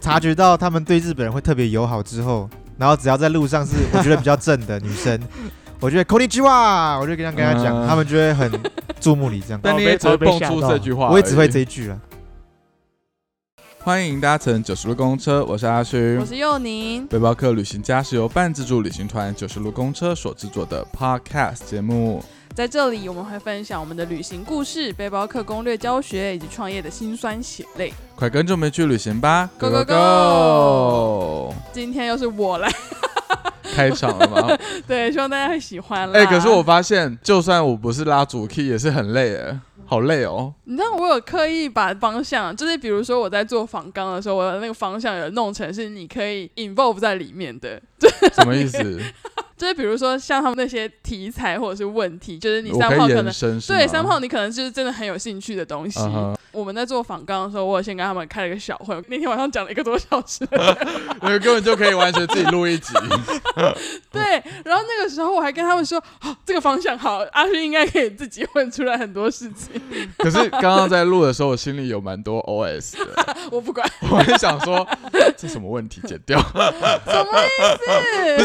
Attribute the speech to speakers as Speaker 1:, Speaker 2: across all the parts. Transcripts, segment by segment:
Speaker 1: 察觉到他们对日本人会特别友好之后，然后只要在路上是我觉得比较正的女生，我觉得 k o n i c h i w a 我就跟他跟他讲，
Speaker 2: 嗯
Speaker 1: 他们就会很注目你这样。
Speaker 2: 但你也只会蹦出这句话而已，
Speaker 1: 我也只会这一句了。
Speaker 2: 欢迎搭乘九十路公车，我是阿勋
Speaker 3: 我。是佑宁，
Speaker 2: 背包客旅行家是由半自助旅行团九十路公车所制作的 Podcast 节目。
Speaker 3: 在这里我们会分享我们的旅行故事、背包客攻略教学以及创业的辛酸血泪。
Speaker 2: 快跟着我们去旅行吧
Speaker 3: Go,
Speaker 2: go
Speaker 3: go,
Speaker 2: go！
Speaker 3: 今天又是我来，
Speaker 2: 开场了吗？
Speaker 3: 对，啊希望大家会喜欢啦。
Speaker 2: 哎、可是我发现，就算我不是拉主 key，也是很累哎，好累哦。
Speaker 3: 你知道我有刻意把方向，就是比如说我在做访纲的时候，我的那个方向有弄成是你可以 involve 在里面的，
Speaker 2: 什么意思？
Speaker 3: 就是比如说像他们那些题材或者是问题，就是 你
Speaker 2: 我
Speaker 3: 三
Speaker 2: 可
Speaker 3: 炮
Speaker 2: 以
Speaker 3: 可
Speaker 2: 延
Speaker 3: 能
Speaker 2: 伸是
Speaker 3: 对
Speaker 2: 吗
Speaker 3: 三炮你可能就是真的很有兴趣的东西。
Speaker 2: 嗯哼
Speaker 3: 我们在做访纲的时候，我有先跟他们开了个小会，那天晚上讲了一个多小时的
Speaker 2: 你们根本就可以完全自己录一集。
Speaker 3: 对，然后那个时候我还跟他们说，哦，这个方向好，阿勋应该可以自己问出来很多事情。
Speaker 2: 可是刚刚在录的时候，我心里有蛮多 OS 的，
Speaker 3: 我不管，
Speaker 2: 我很想说这什么问题剪掉，
Speaker 3: 什么 意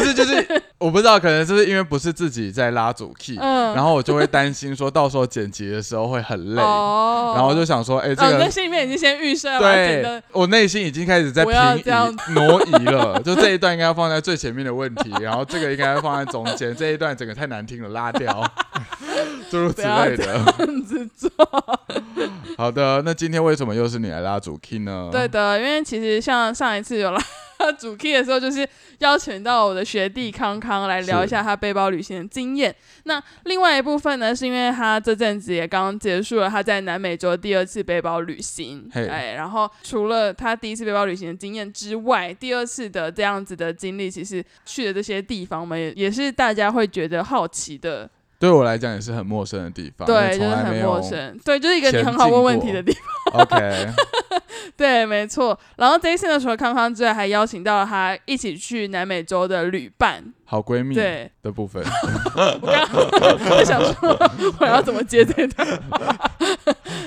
Speaker 2: 不
Speaker 3: 思？
Speaker 2: 是就是我不知道，可能就是因为不是自己在拉主 key，、
Speaker 3: 嗯
Speaker 2: 然后我就会担心说到时候剪辑的时候会很累，
Speaker 3: 哦
Speaker 2: 然后我就想说，哎、这
Speaker 3: 嗯，你
Speaker 2: 个
Speaker 3: 在心里面已经先预设了，整
Speaker 2: 对
Speaker 3: 个，
Speaker 2: 我内心已经开始在
Speaker 3: 我
Speaker 2: 平
Speaker 3: 要这样
Speaker 2: 移挪移了，就这一段应该要放在最前面的问题，然后这个应该要放在中间，这一段整个太难听了，拉掉， 诸如此类的。
Speaker 3: 这样子做。
Speaker 2: 好的，那今天为什么又是你来拉主 key 呢？
Speaker 3: 对的，因为其实像上一次有来 主 key 的时候，就是邀请到我的学弟康康来聊一下他背包旅行的经验。那另外一部分呢，是因为他这阵子也刚结束了他在南美洲第二次背包旅行，
Speaker 2: 嘿
Speaker 3: 哎，然后除了他第一次背包旅行的经验之外，第二次的这样子的经历，其实去的这些地方，我们也也是大家会觉得好奇的，
Speaker 2: 对我来讲也是很陌生的地方，啊因为
Speaker 3: 对，就
Speaker 2: 从
Speaker 3: 是
Speaker 2: 来
Speaker 3: 很
Speaker 2: 没有
Speaker 3: 陌。生，对，就是一个你
Speaker 2: 前
Speaker 3: 很好
Speaker 2: 进
Speaker 3: 问问
Speaker 2: 过
Speaker 3: 题的地方。
Speaker 2: OK，
Speaker 3: 对，没错。然后这一次呢，除了康康之外，还邀请到了他一起去南美洲的旅伴。
Speaker 2: 好闺蜜
Speaker 3: 对
Speaker 2: 的部分，
Speaker 3: 我刚刚在想说，我要怎么接这段。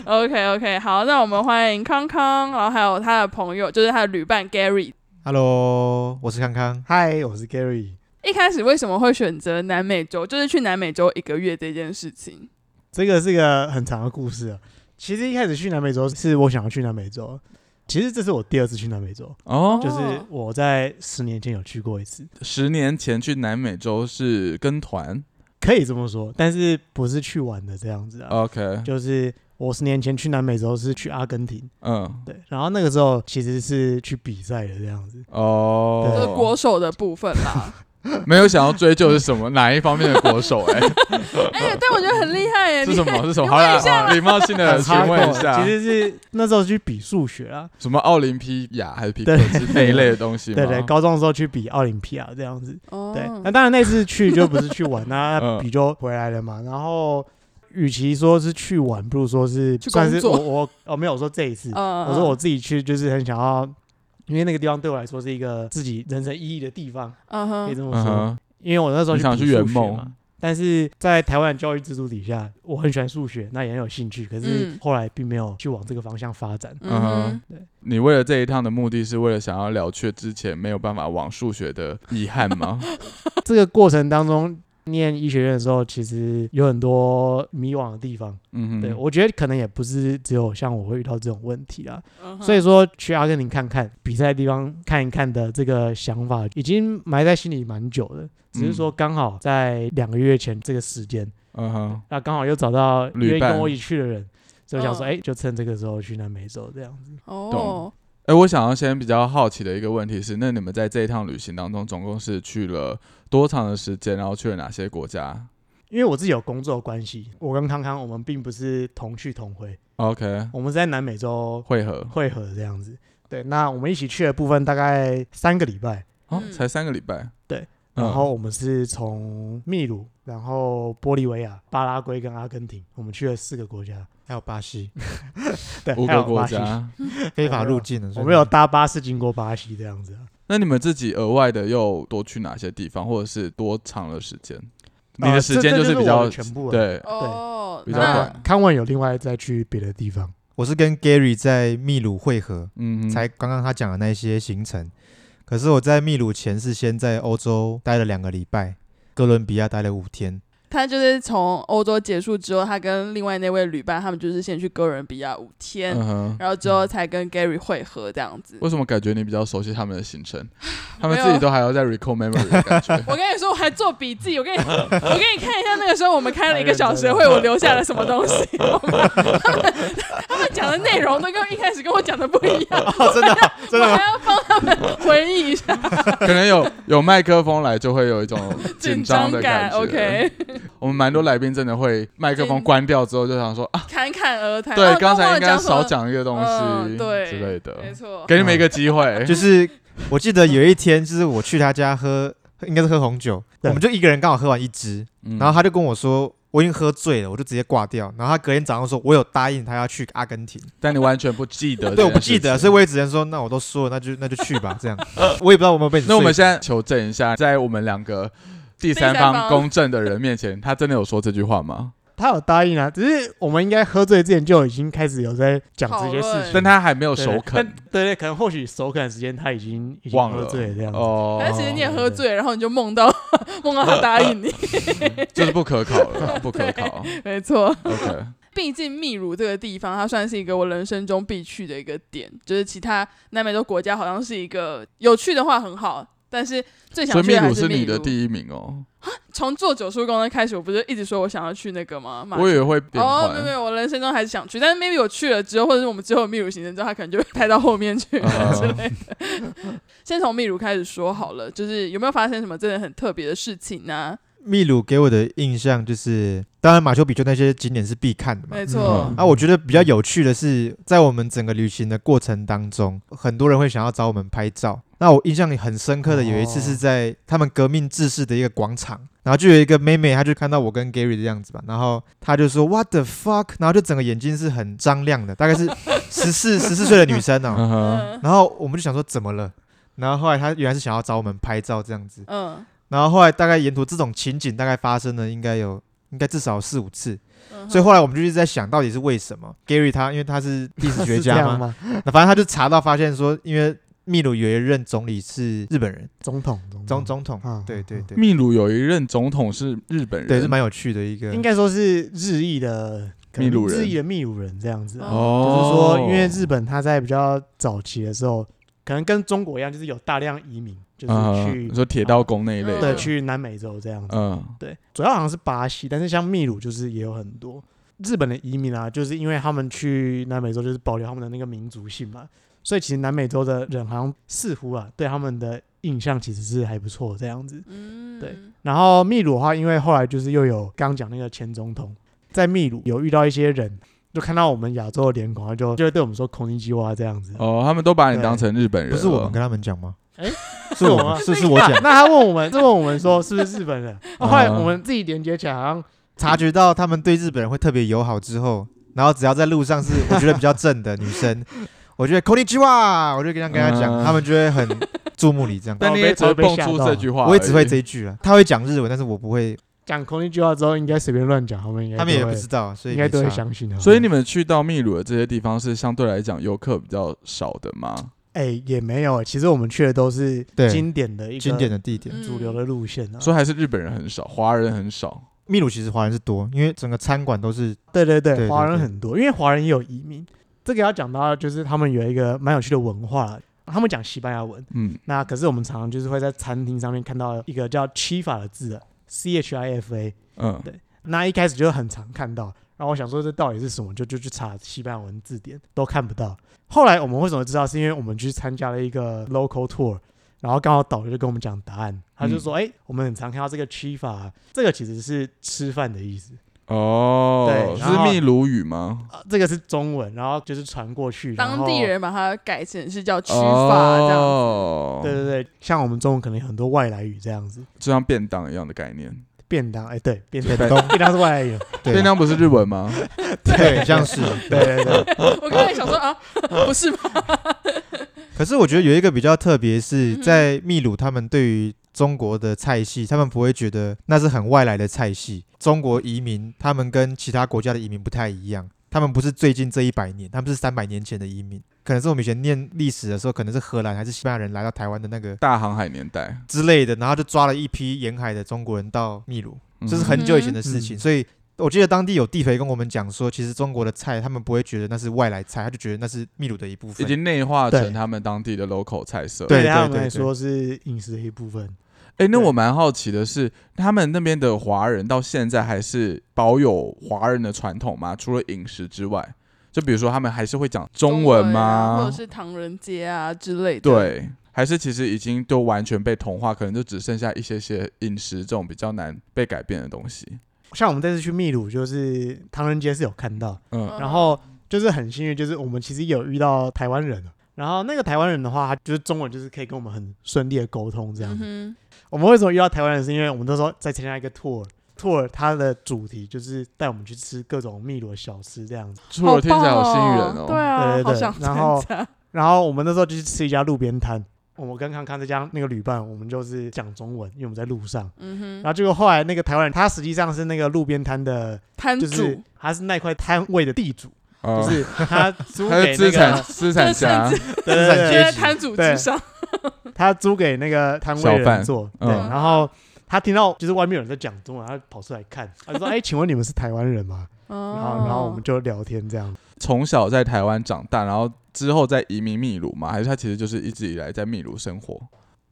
Speaker 3: OK OK，好，那我们欢迎康康，然后还有他的朋友，就是他的旅伴 Gary。
Speaker 1: Hello，我是康康。
Speaker 4: 嗨，我是 Gary。
Speaker 3: 一开始为什么会选择南美洲，就是去南美洲一个月这件事情？
Speaker 4: 这个是个很长的故事啊。其实一开始去南美洲是我想要去南美洲，其实这是我第二次去南美洲，
Speaker 2: 哦，
Speaker 4: 就是我在十年前有去过一次，
Speaker 2: 十年前去南美洲是跟团
Speaker 4: 可以这么说，但是不是去玩的这样子啊。
Speaker 2: ，OK，
Speaker 4: 就是我十年前去南美洲是去阿根廷，
Speaker 2: 嗯，
Speaker 4: 对，然后那个时候其实是去比赛的这样子。
Speaker 3: 就
Speaker 4: 对
Speaker 3: 是
Speaker 2: 哦，
Speaker 3: 国手的部分啦。
Speaker 2: 没有想要追究是什么哪一方面的国手， 哎，
Speaker 3: 哎、但我觉得很厉害
Speaker 2: 是
Speaker 3: 耶！哎你
Speaker 2: 什
Speaker 3: 看
Speaker 2: 么？是什么？
Speaker 3: 你
Speaker 2: 好
Speaker 3: 问一下
Speaker 2: 啦，礼貌性的询问一下
Speaker 4: 其，实是那时候去比数学啊，
Speaker 2: 什么奥林匹亚还是匹克
Speaker 4: 对
Speaker 2: 是那一类的东西吗？
Speaker 4: 对对，高中的时候去比奥林匹亚这样子。
Speaker 3: 哦
Speaker 4: 对，那当然那次去就不是去玩， 那
Speaker 2: 嗯
Speaker 4: 比就回来了嘛。然后，与其说是去玩，不如说是
Speaker 3: 去
Speaker 4: 算是
Speaker 3: 工
Speaker 4: 我
Speaker 3: 作
Speaker 4: 我哦没有我说这一次，
Speaker 3: 嗯
Speaker 4: 我说我自己去就是很想要，因为那个地方对我来说是一个自己人生意义的地方，
Speaker 3: 嗯哼
Speaker 4: 可以这么
Speaker 2: 嗯
Speaker 4: 说。
Speaker 2: 哼，
Speaker 4: 因为我那时候
Speaker 2: 你想
Speaker 4: 去
Speaker 2: 去
Speaker 4: 比
Speaker 2: 圆
Speaker 4: 数学嘛
Speaker 2: 梦，
Speaker 4: 但是在台湾的教育制度底下，我很喜欢数学，那也很有兴趣，可是
Speaker 3: 嗯
Speaker 4: 后来并没有去往这个方向发展。
Speaker 3: 嗯哼，
Speaker 2: 你为了这一趟的目的是为了想要了却之前没有办法往数学的遗憾吗？
Speaker 4: 这个过程当中，念医学院的时候，其实有很多迷惘的地方。
Speaker 2: 嗯哼，
Speaker 4: 对，我觉得可能也不是只有像我会遇到这种问题啊，
Speaker 3: 嗯哼
Speaker 4: 所以说去阿根廷看看比赛的地方看一看的这个想法，已经埋在心里蛮久了。只是说刚好在两个月前这个时间，
Speaker 2: 嗯哼，
Speaker 4: 那刚好又找到
Speaker 2: 旅
Speaker 4: 愿意跟
Speaker 2: 伴
Speaker 4: 我一起去的人，所以我想说，
Speaker 3: 嗯
Speaker 4: 哎、就趁这个时候去南美洲这样子。
Speaker 3: 哦
Speaker 2: 懂，哎，我想要先比较好奇的一个问题是，那你们在这一趟旅行当中，总共是去了多长的时间，然后去了哪些国家
Speaker 4: 因为我自己有工作的关系，我跟康康我们并不是同去同回，
Speaker 2: ？OK，
Speaker 4: 我们是在南美洲
Speaker 2: 汇合
Speaker 4: 汇合这样子。对，那我们一起去的部分大概三个礼拜，
Speaker 2: 哦，
Speaker 3: 嗯
Speaker 2: 才三个礼拜，
Speaker 4: 对
Speaker 2: 嗯，
Speaker 4: 然后我们是从秘鲁，然后玻利维亚、巴拉圭跟阿根廷，我们去了四个国家，
Speaker 1: 还有巴西，
Speaker 4: 对，
Speaker 2: 五
Speaker 4: 还有
Speaker 2: 个国
Speaker 4: 巴西。
Speaker 2: 家。
Speaker 1: 非法入境 的，
Speaker 4: 我们有搭巴士经过巴西这样子啊、
Speaker 2: 那你们自己额外的又多去哪些地方，或者是多长的时间？你
Speaker 4: 呃
Speaker 2: 的
Speaker 4: 这
Speaker 2: 时间
Speaker 4: 这
Speaker 2: 就
Speaker 4: 就是
Speaker 2: 比
Speaker 4: 我
Speaker 2: 较
Speaker 4: 的全部了啊
Speaker 2: 对，
Speaker 3: 哦，
Speaker 2: 比较
Speaker 3: 那
Speaker 2: 短
Speaker 4: 看完有另外再去别的地方，
Speaker 1: 我是跟 Gary 在秘鲁会合，
Speaker 2: 嗯哼，
Speaker 1: 才刚刚他讲的那些行程。可是我在秘鲁前是先在欧洲待了两个礼拜，哥伦比亚待了五天。
Speaker 3: 他就是从欧洲结束之后，他跟另外那位旅伴，他们就是先去哥伦比亚五天，
Speaker 2: 嗯哼。
Speaker 3: 然后之后才跟 Gary 会合这样子。
Speaker 2: 为什么感觉你比较熟悉他们的行程？他们
Speaker 3: 没有
Speaker 2: 自己都还要在 recall memory 的感觉。
Speaker 3: 我跟你说，我还做笔 记。我给你，我给你看一下那个时候我们开了一个小时的会，我留下了什么东西。 我们他们他们讲的内容都跟一开始跟我讲的不一 样，
Speaker 1: 哦，真的啊真
Speaker 3: 我
Speaker 1: 的啊，
Speaker 3: 还要帮他们回忆一下
Speaker 2: 可能有有麦克风来，就会有一 种 紧
Speaker 3: 紧
Speaker 2: 张
Speaker 3: 张
Speaker 2: 的
Speaker 3: 感。
Speaker 2: 觉。
Speaker 3: OK，
Speaker 2: 我们蛮多来宾真的会麦克风
Speaker 3: 紧
Speaker 2: 关掉之后就想说啊，
Speaker 3: 侃侃而谈。
Speaker 2: 对
Speaker 3: 哦，
Speaker 2: 刚才
Speaker 3: 忘了
Speaker 2: 应该
Speaker 3: 讲什么
Speaker 2: 少讲一个东西，
Speaker 3: 嗯对
Speaker 2: 之类
Speaker 3: 没
Speaker 2: 的，
Speaker 3: 错，
Speaker 2: 给你们一个机会。
Speaker 1: 嗯就是我记得有一天，就是我去他家喝，应该是喝红酒，我
Speaker 4: 对
Speaker 1: 们就一个人刚好喝完一支，
Speaker 2: 嗯
Speaker 1: 然后他就跟我说。我已经喝醉了，我就直接挂掉。然后他隔天早上说，我有答应他要去阿根廷，
Speaker 2: 但你完全不记得，
Speaker 1: 对，我不记得，所以我。也只能说，那我都说了，那就那就去吧，这 样。我也不知道我有没有被你说服。
Speaker 2: 那我们现在求证一下，在我们两个第三
Speaker 3: 第三
Speaker 2: 方
Speaker 3: 方
Speaker 2: 公正的人面前，他真的有说这句话 吗？
Speaker 4: 他有答应啊，只是我们应该喝醉之前就已经开始有在讲这些
Speaker 3: 讨
Speaker 4: 事
Speaker 3: 论
Speaker 4: 情，
Speaker 2: 但他还没有
Speaker 4: 对
Speaker 2: 首
Speaker 4: 但
Speaker 2: 肯，
Speaker 4: 对对，可能或许首肯的时间他已经已经
Speaker 2: 忘
Speaker 4: 喝
Speaker 2: 了
Speaker 4: 醉了这样子。
Speaker 2: 哦
Speaker 3: 但其实你也喝醉，然后你就梦到 梦到他答 应你，
Speaker 2: 就是不可考 了，不可考。
Speaker 3: 没错。
Speaker 2: OK，
Speaker 3: 毕竟秘鲁这个地方，它算是一个我人生中必去的一个点，就是其他南美洲国家好像是一个有趣的话很好，但是最
Speaker 2: 所
Speaker 3: 想
Speaker 2: 以
Speaker 3: 去
Speaker 2: 秘
Speaker 3: 的还
Speaker 2: 鲁是
Speaker 3: 秘
Speaker 2: 你的
Speaker 3: 鲁。
Speaker 2: 第一名哦，
Speaker 3: 从做九叔公的开始，我不是一直说我想要去那个吗？马
Speaker 2: 我以为会变
Speaker 3: 哦，没有没
Speaker 2: 换。
Speaker 3: 有，我人生中还是想去，但是 maybe 我去了之后，或者是我们之后有秘鲁行程之后，他可能就会排到后 面去、
Speaker 2: 啊
Speaker 3: 之类的。先从秘鲁开始说好了，就是有没有发生什么真的很特别的事情呢、
Speaker 1: 秘鲁给我的印象就是，当然马丘比丘那些景点是必看的嘛。
Speaker 3: 没 错，
Speaker 2: 嗯
Speaker 1: 啊，我觉得比较有趣的是，在我们整个旅行的过程当中，很多人会想要找我们拍照。那我印象里很深刻的有一次
Speaker 4: 哦
Speaker 1: 是在他们革命志士的一个广场，然后就有一个妹妹，她就看到我跟 Gary 的样子吧，然后她就说 What the fuck，然后就整个眼睛是很张亮的，大概是十四十四岁的女生哦。
Speaker 2: 嗯哼
Speaker 3: 嗯
Speaker 1: 然后我们就想说怎么了，然后后来她原来是想要找我们拍照这样子，
Speaker 3: 嗯
Speaker 1: 然后后来大概沿途这种情景大概发生了应该有应该至少四五次，
Speaker 3: 嗯，
Speaker 1: 所以后来我们就一直在想到底是为什么。Gary 他因为他是历史学
Speaker 4: 是这
Speaker 1: 家
Speaker 4: 样
Speaker 1: 嘛，
Speaker 4: 吗？
Speaker 1: 那反正他就查到发现说，因为秘鲁有一任总理是日本人，
Speaker 4: 总统，
Speaker 1: 总
Speaker 4: 总
Speaker 1: 总统
Speaker 4: 啊，
Speaker 1: 对对对，
Speaker 2: 秘鲁有一任总统是日本人，
Speaker 1: 对是蛮有趣的一个，
Speaker 4: 应该说是日裔的可能
Speaker 2: 秘鲁人
Speaker 4: 日裔的秘鲁人这样子啊。
Speaker 2: 哦，
Speaker 4: 就是说，因为日本他在比较早期的时候，可能跟中国一样，就是有大量移民，就是
Speaker 2: 嗯
Speaker 4: 去
Speaker 2: 你说铁道工那一类的，
Speaker 4: 对去南美洲这样子。
Speaker 2: 嗯
Speaker 4: 对，主要好像是巴西，但是像秘鲁就是也有很多日本的移民啊，就是因为他们去南美洲就是保留他们的那个民族性嘛，所以其实南美洲的人好像似乎啊对他们的印象其实是还不错这样子。
Speaker 3: 嗯，
Speaker 4: 对然后秘鲁的话，因为后来就是又有刚刚讲那个前总统在秘鲁有遇到一些人，就看到我们亚洲的脸孔，他就就会对我们说孔尼基哇这样子。
Speaker 2: 哦，他们都把你当成日本人
Speaker 1: 不
Speaker 2: 了，
Speaker 1: 是我们跟他们讲吗？
Speaker 4: 哎
Speaker 1: 是我
Speaker 4: 吗
Speaker 1: 们是是我讲，
Speaker 4: 那他问我们，就问我们说 是不是日本人？啊后来我们自己连接起来，好像
Speaker 1: 察觉到他们对日本人会特别友好之后，然后只要在路上是我觉得比较正的女生，我觉得 k o n i c h i w a 我就跟他跟他
Speaker 2: 嗯
Speaker 1: 讲，他们就会很注目你这样。
Speaker 2: 但你也只会蹦出这句话而已，
Speaker 1: 我也只会这一句了，他会讲日文，但是我不会，
Speaker 4: 讲孔尼基哇之后，应该随便乱讲，他们应该
Speaker 1: 他们也
Speaker 4: 都
Speaker 1: 不
Speaker 4: 会
Speaker 1: 知道，所以
Speaker 4: 应该
Speaker 1: 没
Speaker 4: 都会
Speaker 1: 差
Speaker 4: 相信的。
Speaker 2: 所以你们去到秘鲁的这些地方是相对来讲游客比较少的吗？
Speaker 4: 哎、也没有，其实我们去的都是
Speaker 1: 对
Speaker 4: 经典的一个
Speaker 1: 经典的嗯地点。
Speaker 3: 嗯
Speaker 4: 主流的路线啊。
Speaker 2: 所以还是日本人很少，华人很少。
Speaker 1: 秘鲁其实华人是多，因为整个餐馆都是
Speaker 4: 对对
Speaker 1: 对对
Speaker 4: 对，华人
Speaker 1: 对
Speaker 4: 很多，因为华人也有移民。这个要讲到就是他们有一个蛮有趣的文化啦，他们讲西班牙文，
Speaker 2: 嗯，
Speaker 4: 那可是我们常常就是会在餐厅上面看到一个叫 chifa 的字啊，c h i f a，
Speaker 2: 嗯，
Speaker 4: 那一开始就很常看到，然后我想说这到底是什么，就就去查西班牙文字典都看不到。后来我们为什么知道，是因为我们去参加了一个 local tour，然后刚好导游就跟我们讲答案，他就说：“哎、我们很常看到这个 chifa，这啊个其实是吃饭的意思
Speaker 2: 哦，
Speaker 4: 对然
Speaker 2: 是
Speaker 4: 后
Speaker 2: 秘鲁语吗？
Speaker 4: 啊、这个是中文，然后就是传过去，然
Speaker 3: 当
Speaker 4: 后
Speaker 3: 地。”人把它改成是叫吃法这样子。
Speaker 2: 哦，
Speaker 4: 对对对，像我们中文可能有很多外来语这样子，
Speaker 2: 就像便当一样的概念。
Speaker 4: 便当，哎，对，便
Speaker 1: 冷
Speaker 4: 当，
Speaker 1: 冻，
Speaker 4: 便当是外来语，
Speaker 1: 对啊
Speaker 2: 便当不是日文吗？
Speaker 1: 对，像是。
Speaker 4: 对对对，
Speaker 3: 我刚才想说啊，不是吗？
Speaker 1: 可是我觉得有一个比较特别，是
Speaker 3: 嗯
Speaker 1: 在秘鲁，他们对于中国的菜系，他们不会觉得那是很外来的菜系。中国移民，他们跟其他国家的移民不太一样，他们不是最近这一百年，他们是三百年前的移民，可能是我们以前念历史的时候，可能是荷兰还是西班牙人来到台湾的那个
Speaker 2: 大航海年代，
Speaker 1: 之类的，然后就抓了一批沿海的中国人到秘鲁，
Speaker 2: 嗯
Speaker 1: 这是很久以前的事情，
Speaker 4: 嗯
Speaker 1: 所以。我记得当地有地陪跟我们讲说，其实中国的菜他们不会觉得那是外来菜，他就觉得那是秘鲁的一部
Speaker 2: 已
Speaker 1: 分。
Speaker 2: 经内化成
Speaker 4: 对
Speaker 2: 他们当地的 local 菜色。
Speaker 1: 对
Speaker 4: 他们
Speaker 1: 对
Speaker 4: 来
Speaker 1: 对
Speaker 4: 说是饮食的一部分。
Speaker 2: 哎、那
Speaker 4: 对
Speaker 2: 我蛮好奇的是，他们那边的华人到现在还是保有华人的传统吗？除了饮食之外，就比如说他们还是会讲中文
Speaker 3: 文啊或
Speaker 2: 吗
Speaker 3: 者？是唐人街啊之类的。，
Speaker 2: 对，还是其实已经都完全被同化，可能就只剩下一些些饮食这种比较难被改变的东西。
Speaker 4: 像我们这次去秘鲁，就是唐人街是有看到，
Speaker 2: 嗯
Speaker 4: 然后就是很幸运，就是我们其实有遇到台湾人，然后那个台湾人的话，他就是中文就是可以跟我们很顺利的沟通这样
Speaker 3: 嗯
Speaker 4: 子。
Speaker 3: 哼，
Speaker 4: 我们为什么遇到台湾人，是因为我们那时候在参加一个 tour，tour 它的主题就是带我们去吃各种秘鲁的小吃这样子。
Speaker 2: 除了听起来好吸引人
Speaker 3: 棒
Speaker 2: 哦。
Speaker 3: 对啊，
Speaker 4: 对对对
Speaker 3: 好想参
Speaker 4: 然后
Speaker 3: 加。
Speaker 4: 然后我们那时候就去吃一家路边摊，我跟康康再加上那个旅伴，我们就是讲中文，因为我们在路上。
Speaker 3: 嗯
Speaker 4: 然
Speaker 3: 哼，
Speaker 4: 后结果后来那个台湾人，他实际上是那个路边摊的，
Speaker 3: 摊
Speaker 4: 就
Speaker 3: 主
Speaker 4: 是他是那块摊位的地主，
Speaker 2: 嗯
Speaker 4: 就是他 租
Speaker 2: 他
Speaker 4: 给
Speaker 2: 是资
Speaker 4: 那
Speaker 2: 产
Speaker 4: 个，
Speaker 2: 资产
Speaker 3: 这
Speaker 2: 家
Speaker 3: 是，
Speaker 4: 对
Speaker 1: 资产阶
Speaker 4: 对
Speaker 3: 就
Speaker 1: 级
Speaker 4: 对，
Speaker 3: 在摊主之
Speaker 4: 对
Speaker 3: 上。
Speaker 4: 他租给那个摊位的
Speaker 2: 小贩
Speaker 4: 人做，
Speaker 2: 嗯
Speaker 4: 对，然后他听到就是外面有人在讲中文，他跑出来 看，他就说：“哎，请问你们是台湾人吗？”然后
Speaker 3: 哦，
Speaker 4: 然后我们就聊天这样，
Speaker 2: 从小在台湾长大，然后之后再移民秘鲁嘛？还是他其实就是一直以来在秘鲁生活？